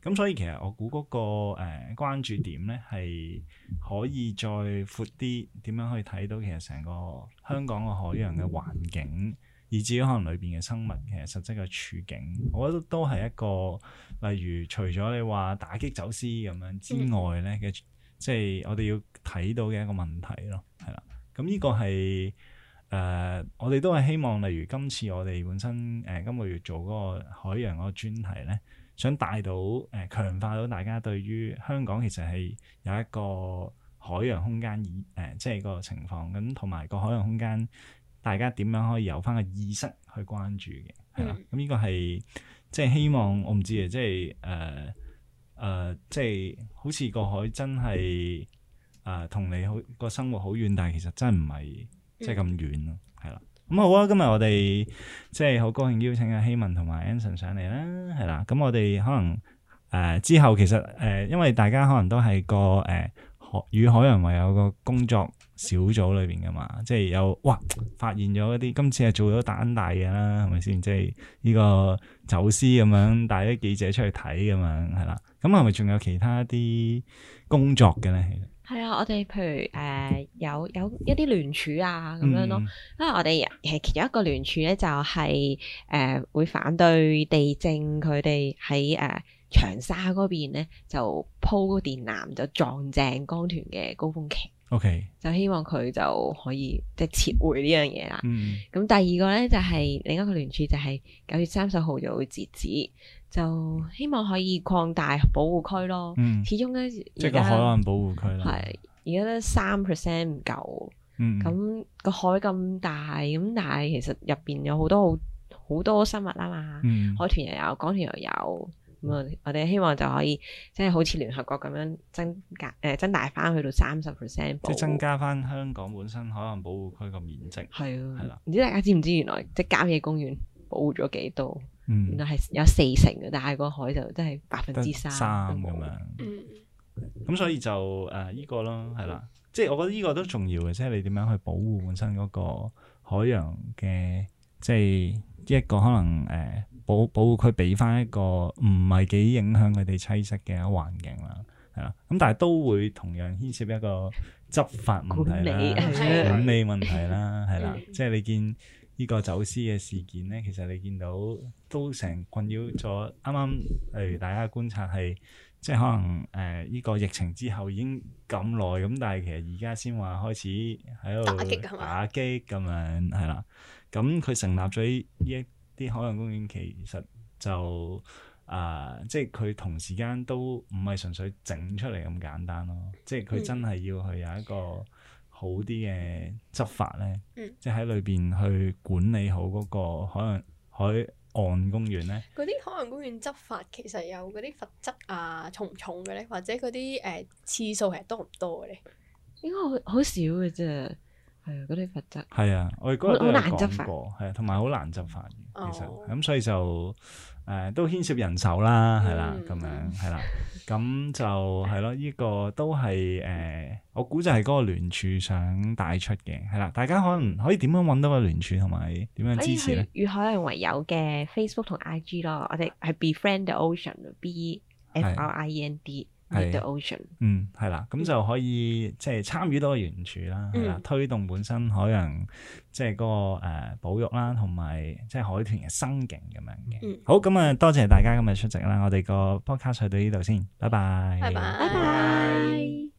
[SPEAKER 1] 咁所以其實我估嗰、個誒、呃、關注點咧係可以再闊啲，點樣去睇到其實成個香港個海洋嘅環境，以至於可能裏邊嘅生物其實實際嘅處境，我覺得都係一個。例如除咗你話打擊走私咁樣之外咧嘅，即係我哋要睇到嘅一個問題咯，係啦。咁呢個係誒、呃我哋都係希望，例如今次我哋本身誒、呃今個月做嗰個海洋嗰個專題咧，想帶到誒、呃、強化到大家對於香港其實係有一個海洋空間意誒、呃即係個情況咁，同埋個海洋空間大家點樣可以有翻個意識去關注嘅，係啦
[SPEAKER 2] 嗯。
[SPEAKER 1] 咁呢個係。即係希望我唔知啊，即係誒誒，即係好似個海真係誒同你好個生活好遠，但係其實真係唔係即係咁遠咯，係啦。咁好啊！今日我哋即係好高興邀請阿希文同埋 Anson 上嚟啦，係啦。咁我哋可能誒、呃之後其實誒、呃因為大家可能都係個誒海、與海洋為友個工作小組裏邊噶嘛，即係有哇發現咗一啲今次係做咗單大嘅啦，係咪先？即係呢、個。走私咁樣，帶啲記者出去睇咁樣，係啦。咁係咪仲有其他啲工作嘅咧？其實
[SPEAKER 3] 係啊，我哋譬如誒、呃有有一啲聯署啊
[SPEAKER 1] 嗯
[SPEAKER 3] 咁樣咯。因為我哋其其中一個聯署咧，就係、誒、會反對地政佢哋喺誒長沙嗰邊咧就鋪電纜就撞正江團嘅高峰期，
[SPEAKER 1] O K，
[SPEAKER 3] 就希望佢就可以即係撤回呢樣嘢啦。
[SPEAKER 1] 嗯
[SPEAKER 3] 咁第二個咧就係、另一個聯署就係九月三十號就會截止，就希望可以擴大保護區咯。
[SPEAKER 1] 嗯，
[SPEAKER 3] 始終咧
[SPEAKER 1] 即
[SPEAKER 3] 而
[SPEAKER 1] 係個海
[SPEAKER 3] 家
[SPEAKER 1] 岸保護區啦。
[SPEAKER 3] 係而家得三 percent 唔夠。
[SPEAKER 1] 嗯，嗯
[SPEAKER 3] 咁個海咁大，咁但係其實入邊有好多好好多生物啊嘛，
[SPEAKER 1] 嗯
[SPEAKER 3] 海豚又有，港豚又有，咁啊，我哋希望就可以即係好似聯合國咁樣增加誒、呃增大翻去到三十 percent，
[SPEAKER 1] 即係增加翻香港本身海岸保護區個面積。
[SPEAKER 3] 係
[SPEAKER 1] 係
[SPEAKER 3] 啊
[SPEAKER 1] 啦，
[SPEAKER 3] 唔知大家知唔知原來即係郊野公園保護咗幾多？
[SPEAKER 1] 嗯
[SPEAKER 3] 原，來係有四成嘅，但係個海就真係百分
[SPEAKER 1] 得
[SPEAKER 3] 之三
[SPEAKER 1] 三
[SPEAKER 3] 都
[SPEAKER 1] 咁
[SPEAKER 3] 冇
[SPEAKER 1] 樣。
[SPEAKER 2] 嗯，
[SPEAKER 1] 咁所以就誒依個咯，係啦。即係我覺得呢個都重要嘅，即係你點樣去保護本身嗰個海洋嘅，即係一個可能誒、呃保保護區俾翻一個唔係幾影響佢哋棲息嘅環境啦，係啦。咁但係都會同樣牽涉一個執法問
[SPEAKER 3] 管
[SPEAKER 1] 題
[SPEAKER 3] 理
[SPEAKER 1] 啦。
[SPEAKER 3] 係啊
[SPEAKER 1] 管理問題啦，係啦
[SPEAKER 2] 嗯，
[SPEAKER 1] 即係你見呢個走私嘅事件咧，其實你見到都成困擾咗。啱啱例如大家觀察係，即係可能誒呢、個疫情之後已經咁耐，咁但係其實而家先話開始喺度
[SPEAKER 2] 打擊係嘛
[SPEAKER 1] 打擊咁樣係啦。咁佢成立咗呢一啲海洋公園，其實就啊、即係佢同時間都唔係純粹整出嚟咁簡單咯，即係佢
[SPEAKER 2] 嗯
[SPEAKER 1] 真係要去有一個好啲嘅執法咧，
[SPEAKER 2] 嗯
[SPEAKER 1] 即係喺裏邊去管理好嗰個海洋海岸公園咧，
[SPEAKER 2] 嗰啲海洋公園執法其實有嗰啲罰則啊，重唔重嘅咧？或者嗰啲誒次數其實多唔多嘅咧？
[SPEAKER 3] 應該好好少嘅啫，係係啊，嗰啲罰則
[SPEAKER 1] 係啊，我哋嗰日都
[SPEAKER 3] 好
[SPEAKER 1] 有
[SPEAKER 3] 難執
[SPEAKER 1] 講
[SPEAKER 3] 法
[SPEAKER 1] 過，係啊，同埋好難執法嘅，其實
[SPEAKER 2] 哦
[SPEAKER 1] 咁所以就誒都牽涉人手啦，係啦
[SPEAKER 2] 嗯，
[SPEAKER 1] 咁樣係啦，咁就係咯，呢個都係誒，我估就係嗰個聯署想帶出嘅，係啦，大家可能可以點樣揾到個聯署同埋點樣支持
[SPEAKER 2] 哎
[SPEAKER 3] 哎可以
[SPEAKER 1] 咧？
[SPEAKER 3] 去粵海洋唯有嘅 Facebook 同 IG 咯，我哋係 befriend the ocean，B F R I E N D meet
[SPEAKER 1] 係
[SPEAKER 3] the ocean。
[SPEAKER 1] 嗯，係啦，咁就可以即係參與到個原處啦，係啦，
[SPEAKER 2] 嗯
[SPEAKER 1] 推動本身海洋即係嗰個呃保育啦，同埋即係海豚嘅生境咁樣嘅。
[SPEAKER 2] 嗯
[SPEAKER 1] 好，咁啊，多謝大家今日出席啦，我哋個 podcast 去到呢度先，拜拜，
[SPEAKER 2] 拜拜，
[SPEAKER 3] 拜拜